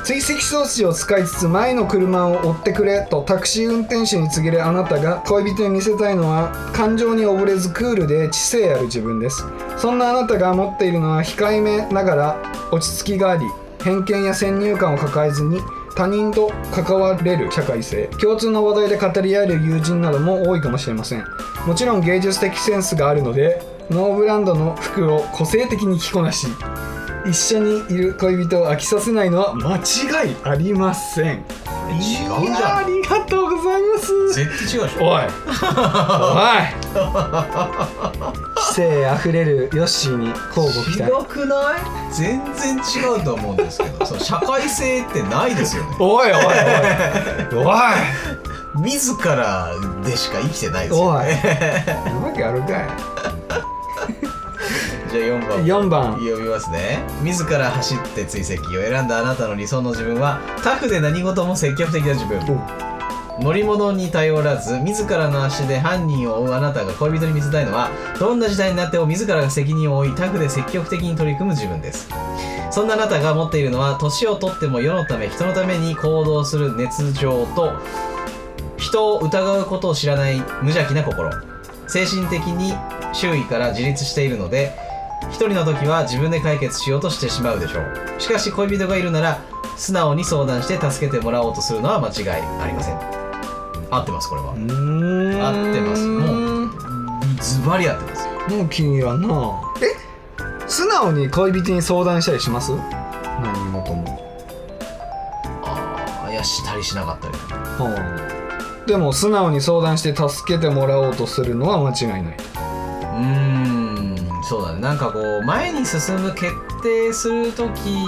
Speaker 2: 追跡装置を使いつつ前の車を追ってくれとタクシー運転手に告げるあなたが恋人に見せたいのは感情に溺れずクールで知性ある自分ですそんなあなたが持っているのは控えめながら落ち着きがあり偏見や先入観を抱えずに他人と関われる社会性共通の話題で語り合える友人なども多いかもしれませんもちろん芸術的センスがあるのでノーブランドの服を個性的に着こなし一緒にいる恋人を飽きさせないのは間違いありません
Speaker 3: 違うじゃん
Speaker 2: いやあありがとうございます
Speaker 3: 絶対違うでしょ
Speaker 2: おいおい 知性あふれるヨッシーに交互期
Speaker 3: ひ
Speaker 2: 待
Speaker 3: どくない全然違うと思うんですけ どその社会性ってないですよね
Speaker 2: おいおいおいおい
Speaker 3: 自らでしか生きてないですよ
Speaker 2: お
Speaker 3: ね
Speaker 2: いわけあるかい
Speaker 3: じゃあ4番
Speaker 2: 4番
Speaker 3: 読みますね自ら走って追跡を選んだあなたの理想の自分はタフで何事も積極的な自分乗り物に頼らず自らの足で犯人を追うあなたが恋人に見せたいのはどんな時代になっても自らが責任を負いタフで積極的に取り組む自分ですそんなあなたが持っているのは年を取っても世のため人のために行動する熱情と人を疑うことを知らない無邪気な心精神的に周囲から自立しているので一人の時は自分で解決しようとしてしまうでしょうしかし恋人がいるなら素直に相談して助けてもらおうとするのは間違いありません合ってますこれは
Speaker 2: ん
Speaker 3: 合ってますも
Speaker 2: う
Speaker 3: ズバリ合ってますよ
Speaker 2: もう気に入らんなえ素直に恋人に相談したりします何事も
Speaker 3: ああいやしたりしなかったり
Speaker 2: はあでも素直に相談して助けてもらおうとするのは間違いないう
Speaker 3: ーんそうだねなんかこう前に進む決定する時い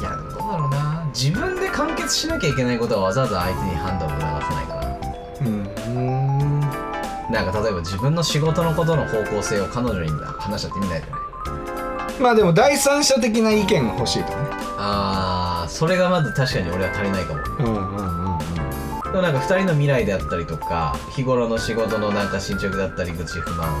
Speaker 3: やどうだろうな自分で完結しなきゃいけないことはわざわざ相手に判断を促さないか
Speaker 2: うん
Speaker 3: ななんか例えば自分の仕事のことの方向性を彼女に話しちゃってみないとね
Speaker 2: まあでも第三者的な意見が欲しいとね
Speaker 3: あーそれがまず確かに俺は足りないかも
Speaker 2: うんうんうんうん
Speaker 3: でもなんか2人の未来であったりとか日頃の仕事のなんか進捗だったり愚痴不満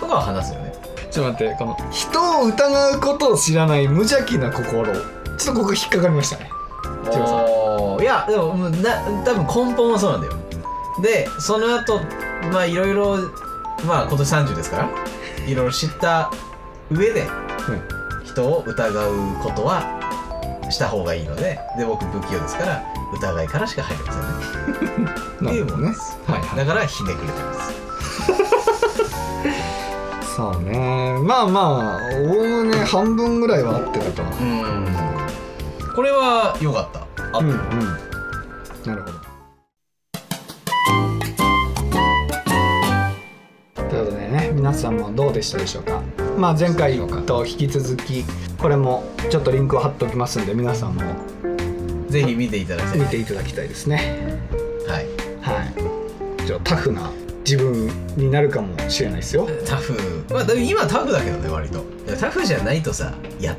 Speaker 3: とかは話すよね
Speaker 2: ちょっと待ってこの人を疑うことを知らない無邪気な心ちょっとここ引っかかりましたね千葉さん
Speaker 3: おーいやでもうんな多分根本はそうなんだよでその後まあいろいろまあ今年30ですからいろいろ知った上で人を疑うことはした方がいいのでで僕不器用ですから疑いからしか入れませんね
Speaker 2: うん
Speaker 3: っていうもん
Speaker 2: な
Speaker 3: で
Speaker 2: る
Speaker 3: す
Speaker 2: ほ、どはいはい
Speaker 3: だからひねくれてます
Speaker 2: そうねまあまあおおむね半分ぐらいは合ってると思う
Speaker 3: うんこれは良かったあ、
Speaker 2: うんうんなるほどということでね皆さんもどうでしたでしょうかまあ前回と引き続きこれもちょっとリンクを貼っておきますんで皆さんも
Speaker 3: ぜひ見ていただきたい
Speaker 2: 見ていただきたいですね
Speaker 3: はい
Speaker 2: はいちょっとタフな自分になるかもしれないですよ
Speaker 3: タフまあでも今タフだけどね割といやタフじゃないとさやっ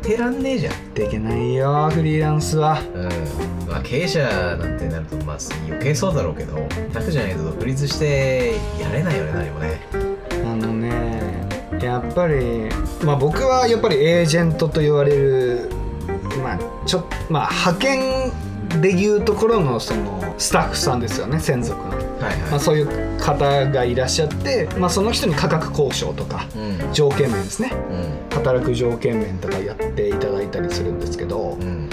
Speaker 3: てらんねえじゃん
Speaker 2: できないよフリーランスは
Speaker 3: うんまあ経営者なんてなるとまあ余計そうだろうけどタフじゃないと独立してやれないよね何もね
Speaker 2: あのねやっぱり、まあ、僕はやっぱりエージェントと言われる、まあちょまあ、派遣でいうところのそのスタッフさんですよね専属の、
Speaker 3: はい
Speaker 2: まあ、
Speaker 3: は
Speaker 2: そういう方がいらっしゃって、まあ、その人に価格交渉とか
Speaker 3: いうん
Speaker 2: 条件面ですね
Speaker 3: うん
Speaker 2: 働く条件面とかやっていただいたりするんですけど
Speaker 3: う、ん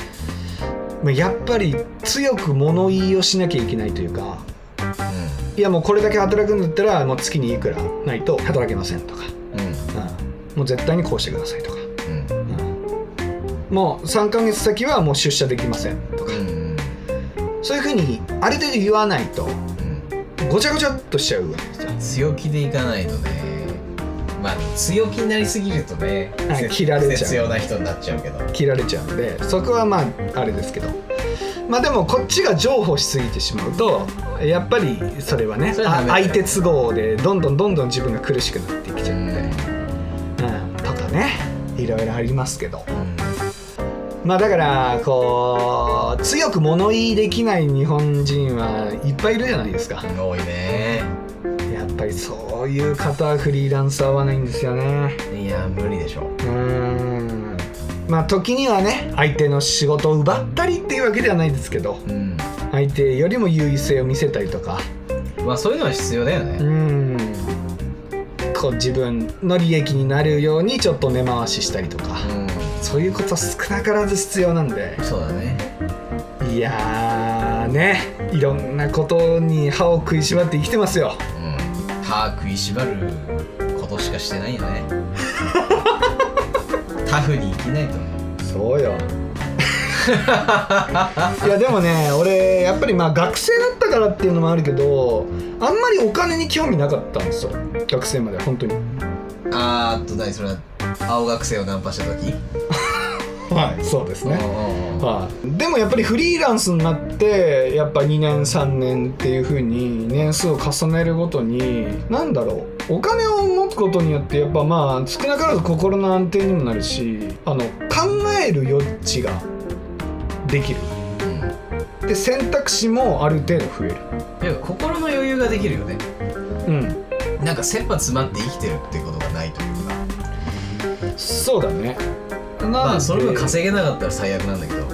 Speaker 2: まあ、やっぱり強く物言いをしなきゃいけないというかいやもうこれだけ働くんだったらもう月にいくらないと働けませんとか。
Speaker 3: うん
Speaker 2: うんもう絶対にこうしてくださいとか、
Speaker 3: うんうん
Speaker 2: うんもう3ヶ月先はもう出社できませんとか
Speaker 3: うんうん
Speaker 2: そういうふうにある程度言わないとごちゃごちゃっとしちゃうわけですよ
Speaker 3: うん強気でいかないとねまあ強気になりすぎるとね
Speaker 2: はい切られちゃう
Speaker 3: 必要な人になっちゃうけど
Speaker 2: 切られちゃうんでそこはまああれですけどまあでもこっちが譲歩しすぎてしまうとやっぱりそれはね
Speaker 3: それはダ
Speaker 2: あ
Speaker 3: メだよ
Speaker 2: 相手都合でどんどんどんどん自分が苦しくなってきちゃうんで、うん、とかねいろいろありますけど。まあだからこう強く物言いできない日本人はいっぱいいるじゃないですか
Speaker 3: うん多いね
Speaker 2: やっぱりそういう方はフリーランス合わないんですよね
Speaker 3: いや無理でしょ
Speaker 2: うーんまあ時にはね相手の仕事を奪ったりっていうわけではないですけど
Speaker 3: うん
Speaker 2: 相手よりも優位性を見せたりとか
Speaker 3: まあそういうのは必要だ
Speaker 2: う
Speaker 3: よ
Speaker 2: ー
Speaker 3: ね
Speaker 2: んこう自分の利益になるようにちょっと根回ししたりとか
Speaker 3: う
Speaker 2: そういうことは少なからず必要なんで
Speaker 3: んそうだね
Speaker 2: いやーねいろんなことに歯を食いしばって生きてますよ
Speaker 3: うん歯食いしばることしかしてないよ ねタフに生きないと
Speaker 2: そうよ いやでもね俺やっぱりまあ学生だったからっていうのもあるけどあんまりお金に興味なかったんですよ学生まで本当に
Speaker 3: あーっと何それは青学生をナンパした時
Speaker 2: はいそうですね
Speaker 3: うんうんうん
Speaker 2: はい、でもやっぱりフリーランスになってやっぱ2年3年っていう風に年数を重ねるごとに何だろうお金を持つことによってやっぱまあ少なからず心の安定にもなるしあの考える余地ができる
Speaker 3: うん
Speaker 2: で選択肢もある程度増える
Speaker 3: や心の余裕ができるよね
Speaker 2: うん
Speaker 3: なんか切羽詰まって生きてるってことがないというか
Speaker 2: そうだねなんで
Speaker 3: まあそれも稼げなかったら最悪なんだけど
Speaker 2: う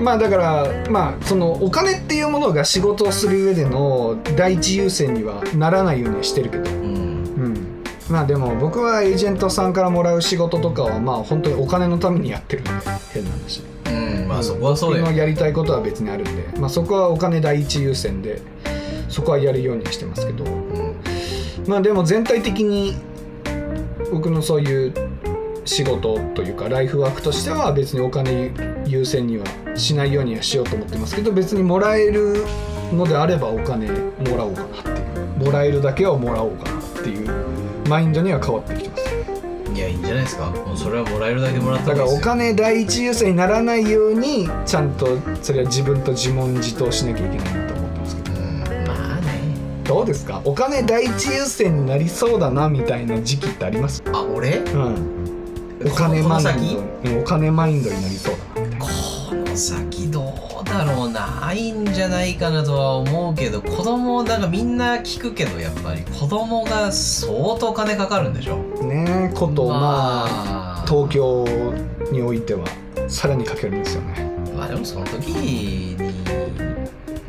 Speaker 2: んまあだからまあそのお金っていうものが仕事をする上での第一優先にはならないようにはしてるけど
Speaker 3: うん
Speaker 2: うんまあでも僕はエージェントさんからもらう仕事とかはまあ本当にお金のためにやってるんで変な話
Speaker 3: うんまあそこはそうだよ
Speaker 2: 今
Speaker 3: ね
Speaker 2: やりたいことは別にあるんで、まあ、そこはお金第一優先でそこはやるようにはしてますけど
Speaker 3: うん
Speaker 2: まあでも全体的に僕のそういう仕事というかライフワークとしては別にお金優先にはしないようにはしようと思ってますけど別にもらえるのであればお金もらおうかなっていうもらえるだけはもらおうかなっていうマインドには変わってきてます
Speaker 3: いやいいんじゃないですかもうそれはもらえるだけもらった
Speaker 2: だ
Speaker 3: 方
Speaker 2: か
Speaker 3: が
Speaker 2: ら
Speaker 3: いい
Speaker 2: お
Speaker 3: で
Speaker 2: 金第一
Speaker 3: すよ
Speaker 2: 優先にならないようにちゃんとそれは自分と自問自答しなきゃいけないなと思ってますけど
Speaker 3: うんまあね
Speaker 2: どうですかお金第一優先になりそうだなみたいな時期ってあります
Speaker 3: あ俺
Speaker 2: うんお金
Speaker 3: この
Speaker 2: マイ
Speaker 3: 先
Speaker 2: ンドうんお金マインドになりそうだなみたいな
Speaker 3: この先どうだろうないんじゃないかなとは思うけど子供なんかみんな聞くけどやっぱり子供が相当お金かかるんでしょ
Speaker 2: ねえことまあ
Speaker 3: あ
Speaker 2: 東京においてはさらにかけるんですよね
Speaker 3: まあでもその時に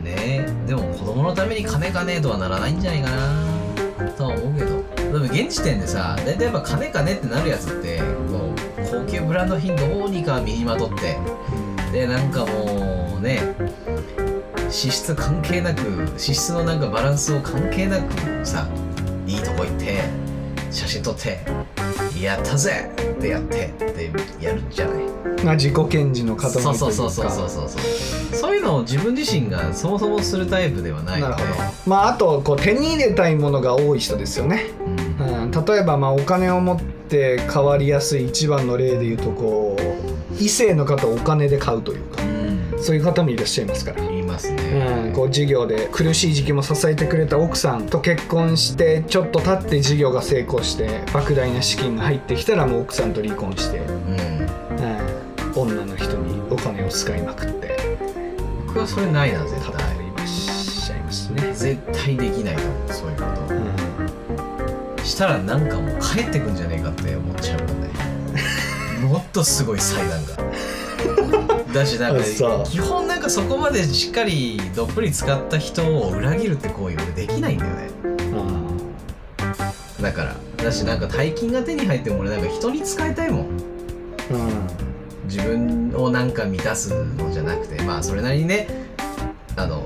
Speaker 3: ねでも子供のために金かねえとはならないんじゃないかなとは思うけどでも現時点でさ大体やっぱ金かねってなるやつってもう高級ブランド品どうにか身にまとってでなんかもうね支出関係なく支出のなんかバランスを関係なくさいいとこ行って写真撮ってやったぜってやってってやるじゃない
Speaker 2: まあ自己顕示の塊という
Speaker 3: そ
Speaker 2: か
Speaker 3: うそうそうそうそうそうそういうのを自分自身がそもそもするタイプではない
Speaker 2: な
Speaker 3: の
Speaker 2: るほ
Speaker 3: で
Speaker 2: どまああとこう手に入れたいものが多い人ですよね
Speaker 3: うん
Speaker 2: うん、例えばまあお金を持って変わりやすい一番の例で言うとこう異性の方をお金で買うというか
Speaker 3: うん
Speaker 2: そういう方もいらっしゃいますから。
Speaker 3: 言います
Speaker 2: うん、
Speaker 3: ね
Speaker 2: こう事業で苦しい時期も支えてくれた奥さんと結婚してちょっと経って事業が成功して莫大な資金が入ってきたらもう奥さんと離婚して、うん、
Speaker 3: うん
Speaker 2: 女の人にお金を使いまくって
Speaker 3: 僕はそれないな絶
Speaker 2: 方
Speaker 3: 対
Speaker 2: もいらっしゃいますね。
Speaker 3: 絶対できないと思うそういうこ
Speaker 2: うん
Speaker 3: としたらなんかもう帰ってくんじゃねえかって思っちゃうもんね もっとすごい災難がだしなんか
Speaker 2: そう
Speaker 3: 基本なんかそこまでしっかりどっぷり使った人を裏切るって行為はできないんだよねだからだしなんか大金が手に入っても俺なんか人に使いたいもん
Speaker 2: うん
Speaker 3: 自分をなんか満たすのじゃなくてまあそれなりにねあの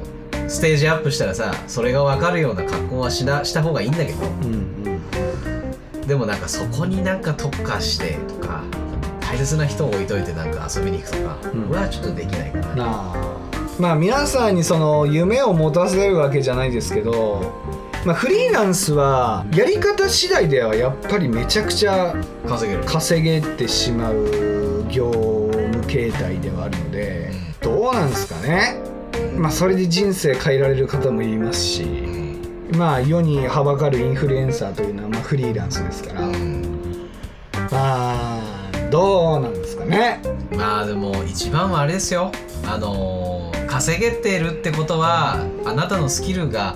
Speaker 3: ステージアップしたらさそれが分かるような格好はしなした方がいいんだけど
Speaker 2: うんうん
Speaker 3: でもなんかそこになんか特化してとか大切な人を置いといてなんか遊びに行くとか、
Speaker 2: うん
Speaker 3: 俺はちょっとできないか
Speaker 2: な
Speaker 3: な
Speaker 2: あまあ皆さんにその夢を持たせるわけじゃないですけど、まあ、フリーランスはやり方次第ではやっぱりめちゃくちゃ
Speaker 3: 稼げる
Speaker 2: 稼げてしまう業務形態ではあるのでどうなんですかねまあそれで人生変えられる方もいますし
Speaker 3: うん
Speaker 2: まあ世にはばかるインフルエンサーというのはまあフリーランスですからま
Speaker 3: うん
Speaker 2: あどうなんですかね
Speaker 3: まあでも一番はあれですよあのー稼げてるってことはあなたのスキルが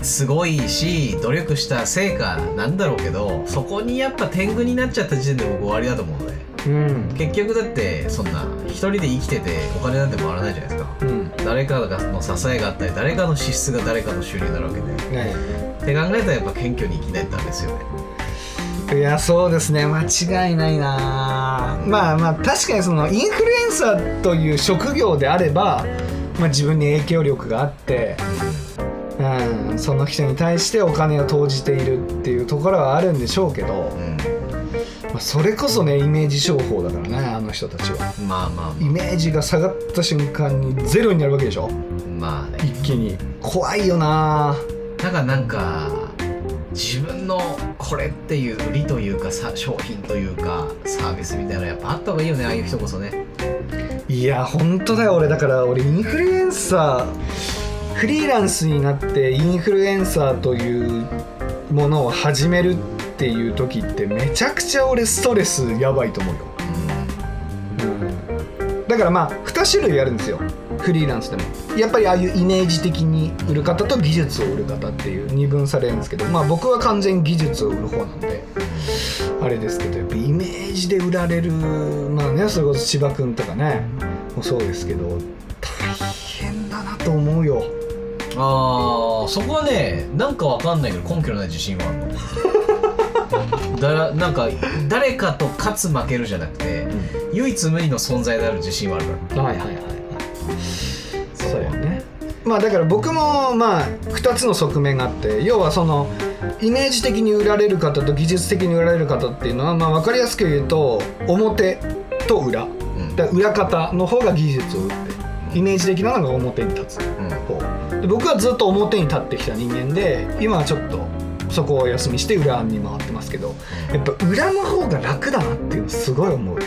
Speaker 3: すごいし努力した成果なんだろうけどそこにやっぱ天狗になっちゃった時点で僕終わりだと思うので
Speaker 2: うん
Speaker 3: 結局だってそんな一人で生きててお金なんて回らないじゃないですか
Speaker 2: うん
Speaker 3: 誰かの支えがあったり誰かの支出が誰かの収入になるわけでっ
Speaker 2: ね
Speaker 3: て考えたらやっぱ謙虚に生きないとダメですよね
Speaker 2: いやそうですね間違いないなまあまあ確かにそのインフルエンサーという職業であれば、まあ、自分に影響力があって、うん、その人に対してお金を投じているっていうところはあるんでしょうけど
Speaker 3: う、ん、
Speaker 2: まあ、それこそねイメージ商法だからねあの人たちは
Speaker 3: まあまあ
Speaker 2: イメージが下がった瞬間にゼロになるわけでしょ
Speaker 3: まあね
Speaker 2: 一気に怖いよな
Speaker 3: だからなんか自分のこれっていう売りというかさ商品というかサービスみたいなのやっぱあった方がいいよねああいう人こそね
Speaker 2: いや本当だよ俺だから俺インフルエンサーフリーランスになってインフルエンサーというものを始めるっていう時ってめちゃくちゃ俺ストレスやばいと思うよ、
Speaker 3: う
Speaker 2: だからまあ2種類あるんですよ
Speaker 3: ん
Speaker 2: フリーランスでもやっぱりああいうイメージ的に売る方と技術を売る方っていう二分されるんですけどまあ僕は完全に技術を売る方なんであれですけどやっぱイメージで売られるまあねそれこそ千葉君とかねもそうですけど大変だなと思うよ
Speaker 3: あーそこはねなんかわかんないけど根拠のない自信はあるの だなんか誰かと勝つ負けるじゃなくて、唯一無二の存在である自信はあるから
Speaker 2: はいはいはいはいそうよねまあだから僕もまあ2つの側面があって要はそのイメージ的に売られる方と技術的に売られる方っていうのはまあ分かりやすく言うと表と裏
Speaker 3: うん
Speaker 2: だから裏方の方が技術を売ってイメージ的なのが表に立つ
Speaker 3: うん
Speaker 2: 方で僕はずっと表に立ってきた人間で今はちょっとそこをお休みして裏に回ってますけどやっぱ裏の方が楽だなっていうのすごい思うね、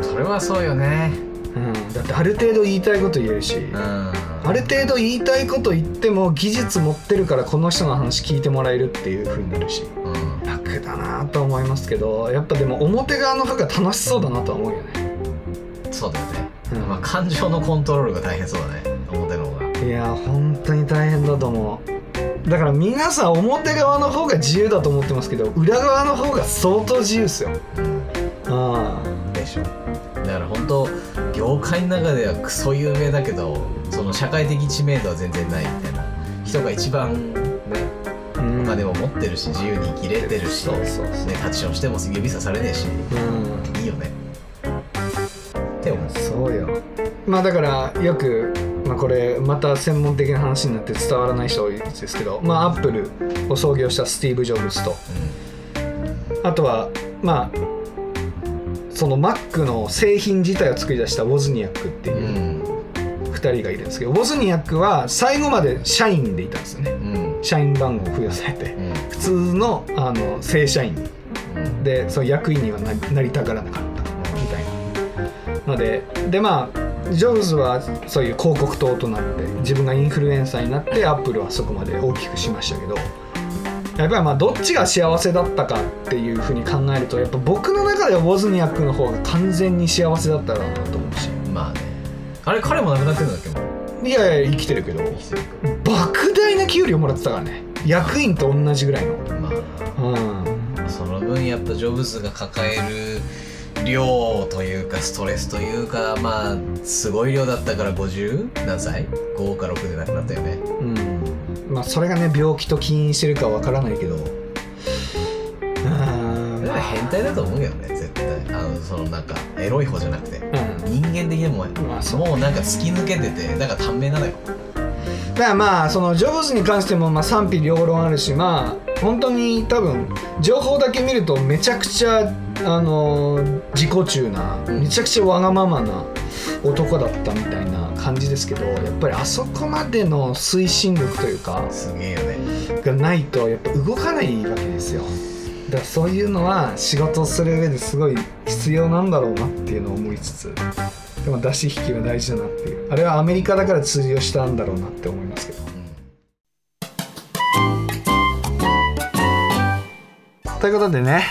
Speaker 3: それはそうよね
Speaker 2: うん、だってある程度言いたいこと言えるし、
Speaker 3: うん
Speaker 2: ある程度言いたいこと言っても技術持ってるからこの人の話聞いてもらえるっていう風になるし
Speaker 3: うん
Speaker 2: 楽だなとは思いますけどやっぱでも表側の方が楽しそうだなとは思うよね
Speaker 3: そうだよね、
Speaker 2: うん
Speaker 3: まあ、感情のコントロールが大変そうだね表の方が
Speaker 2: いや本当に大変だと思うだから皆さん表側の方が自由だと思ってますけど裏側の方が相当自由ですよあ
Speaker 3: でしょだから本当業界の中ではクソ有名だけどその社会的知名度は全然ないみたいな人が一番ね
Speaker 2: あ、うん
Speaker 3: お金も持ってるし自由に生きれてるし、
Speaker 2: そう
Speaker 3: ね、
Speaker 2: そうそう、
Speaker 3: タッチションしても指さされねえし
Speaker 2: うん
Speaker 3: いいよねって思う
Speaker 2: そうよまあだからよく、まあ、これまた専門的な話になって伝わらない人多いですけどまあアップルを創業したスティーブ・ジョブズとあとはまあその Mac の製品自体を作り出したウォズニアックって
Speaker 3: う
Speaker 2: いうん2人がいるんですけどウォズニアックは最後まで社員でいたんですよね
Speaker 3: うんうん
Speaker 2: 社員番号付与されて
Speaker 3: うん
Speaker 2: 普通のあの正社員
Speaker 3: うん
Speaker 2: でその役員にはななりたがらなかったみたいなのででまあジョブズはそういう広告塔となって自分がインフルエンサーになってアップルはそこまで大きくしましたけどやっぱりまあどっちが幸せだったかっていうふうに考えるとやっぱ僕の中ではウォズニアックの方が完全に幸せだったろうなと思うし
Speaker 3: まあねあれ彼も亡くなってるんだっけもう
Speaker 2: いやいや生きてるけど
Speaker 3: 生きてる
Speaker 2: 莫大な給料もらってたからね役員と同じぐらいの
Speaker 3: ま
Speaker 2: うん
Speaker 3: あその分やっぱジョブズが抱える量というかストレスというかまあすごい量だったから50何歳 ?5 か6で亡くなったよね
Speaker 2: うんまあそれがね病気と起因してるかわからないけどうーん
Speaker 3: だから変態だと思うけどね絶対あのそのなんかエロい方じゃなくて
Speaker 2: うん
Speaker 3: 人間的にも
Speaker 2: まあそう
Speaker 3: もうなんか突き抜けててだから短命なのよ
Speaker 2: だからまあそのジョブズに関してもまあ賛否両論あるしまあ本当に多分情報だけ見るとめちゃくちゃあのー自己中なめちゃくちゃわがままな男だったみたいな感じですけどやっぱりあそこまでの推進力というか
Speaker 3: すげえよね
Speaker 2: がないとやっぱ動かないわけですよだからそういうのは仕事をする上ですごい必要なんだろうなっていうのを思いつつでも出し引きは大事だなっていうあれはアメリカだから通用したんだろうなって思いますけどということでね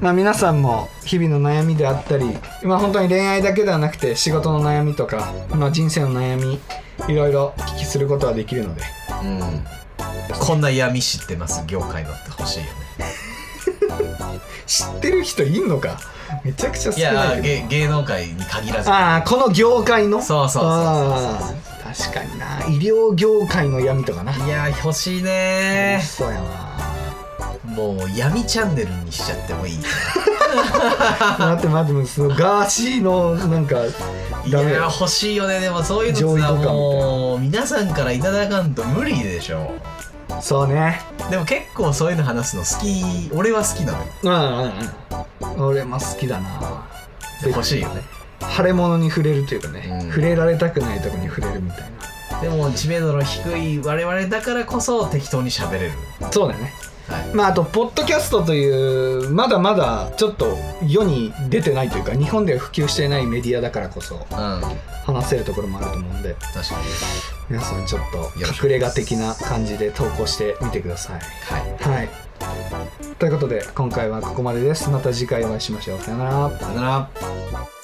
Speaker 2: まあ皆さんも日々の悩みであったりまあ本当に恋愛だけではなくて仕事の悩みとか、まあ、人生の悩みいろいろお聞きすることはできるので
Speaker 3: うん、こんな闇知ってます業界のって欲しいよね
Speaker 2: 知ってる人いんのかめちゃくちゃ
Speaker 3: い
Speaker 2: 少な
Speaker 3: や
Speaker 2: いけど
Speaker 3: 芸芸能界に限らず
Speaker 2: ああこの業界の
Speaker 3: そうそうそうそうそう
Speaker 2: あー確かにな医療業界の闇とかない
Speaker 3: やー欲しいね
Speaker 2: そうやな
Speaker 3: ーもう闇チャンネルにしちゃってもいい
Speaker 2: 待って待ってそのガーシーのなんか
Speaker 3: い
Speaker 2: ダメ
Speaker 3: や
Speaker 2: よ
Speaker 3: ー欲しいよねでもそういうのさ
Speaker 2: 上位互換みたいな
Speaker 3: もう皆さんからいただかんと無理でしょ
Speaker 2: そうね
Speaker 3: でも結構そういうの話すの好き俺は好きなのよ
Speaker 2: うんうんうん俺も好きだなで
Speaker 3: 欲しいよね
Speaker 2: 腫れ物に触れるというかね、
Speaker 3: うん
Speaker 2: 触れられたくないとこに触れるみたい
Speaker 3: でも知名度の低い我々だからこそ適当に喋れる
Speaker 2: なそうだね
Speaker 3: はい
Speaker 2: まああとポッドキャストというまだまだちょっと世に出てないというか日本では普及してないメディアだからこそ
Speaker 3: うん
Speaker 2: 話せるところもあると思うんで
Speaker 3: 確かに
Speaker 2: 皆さんちょっと
Speaker 3: よろしく
Speaker 2: 隠れ家的な感じで投稿してみてください。
Speaker 3: はい
Speaker 2: はい。ということで今回はここまでです。また次回お会いしましょう。さよなら。
Speaker 3: さよなら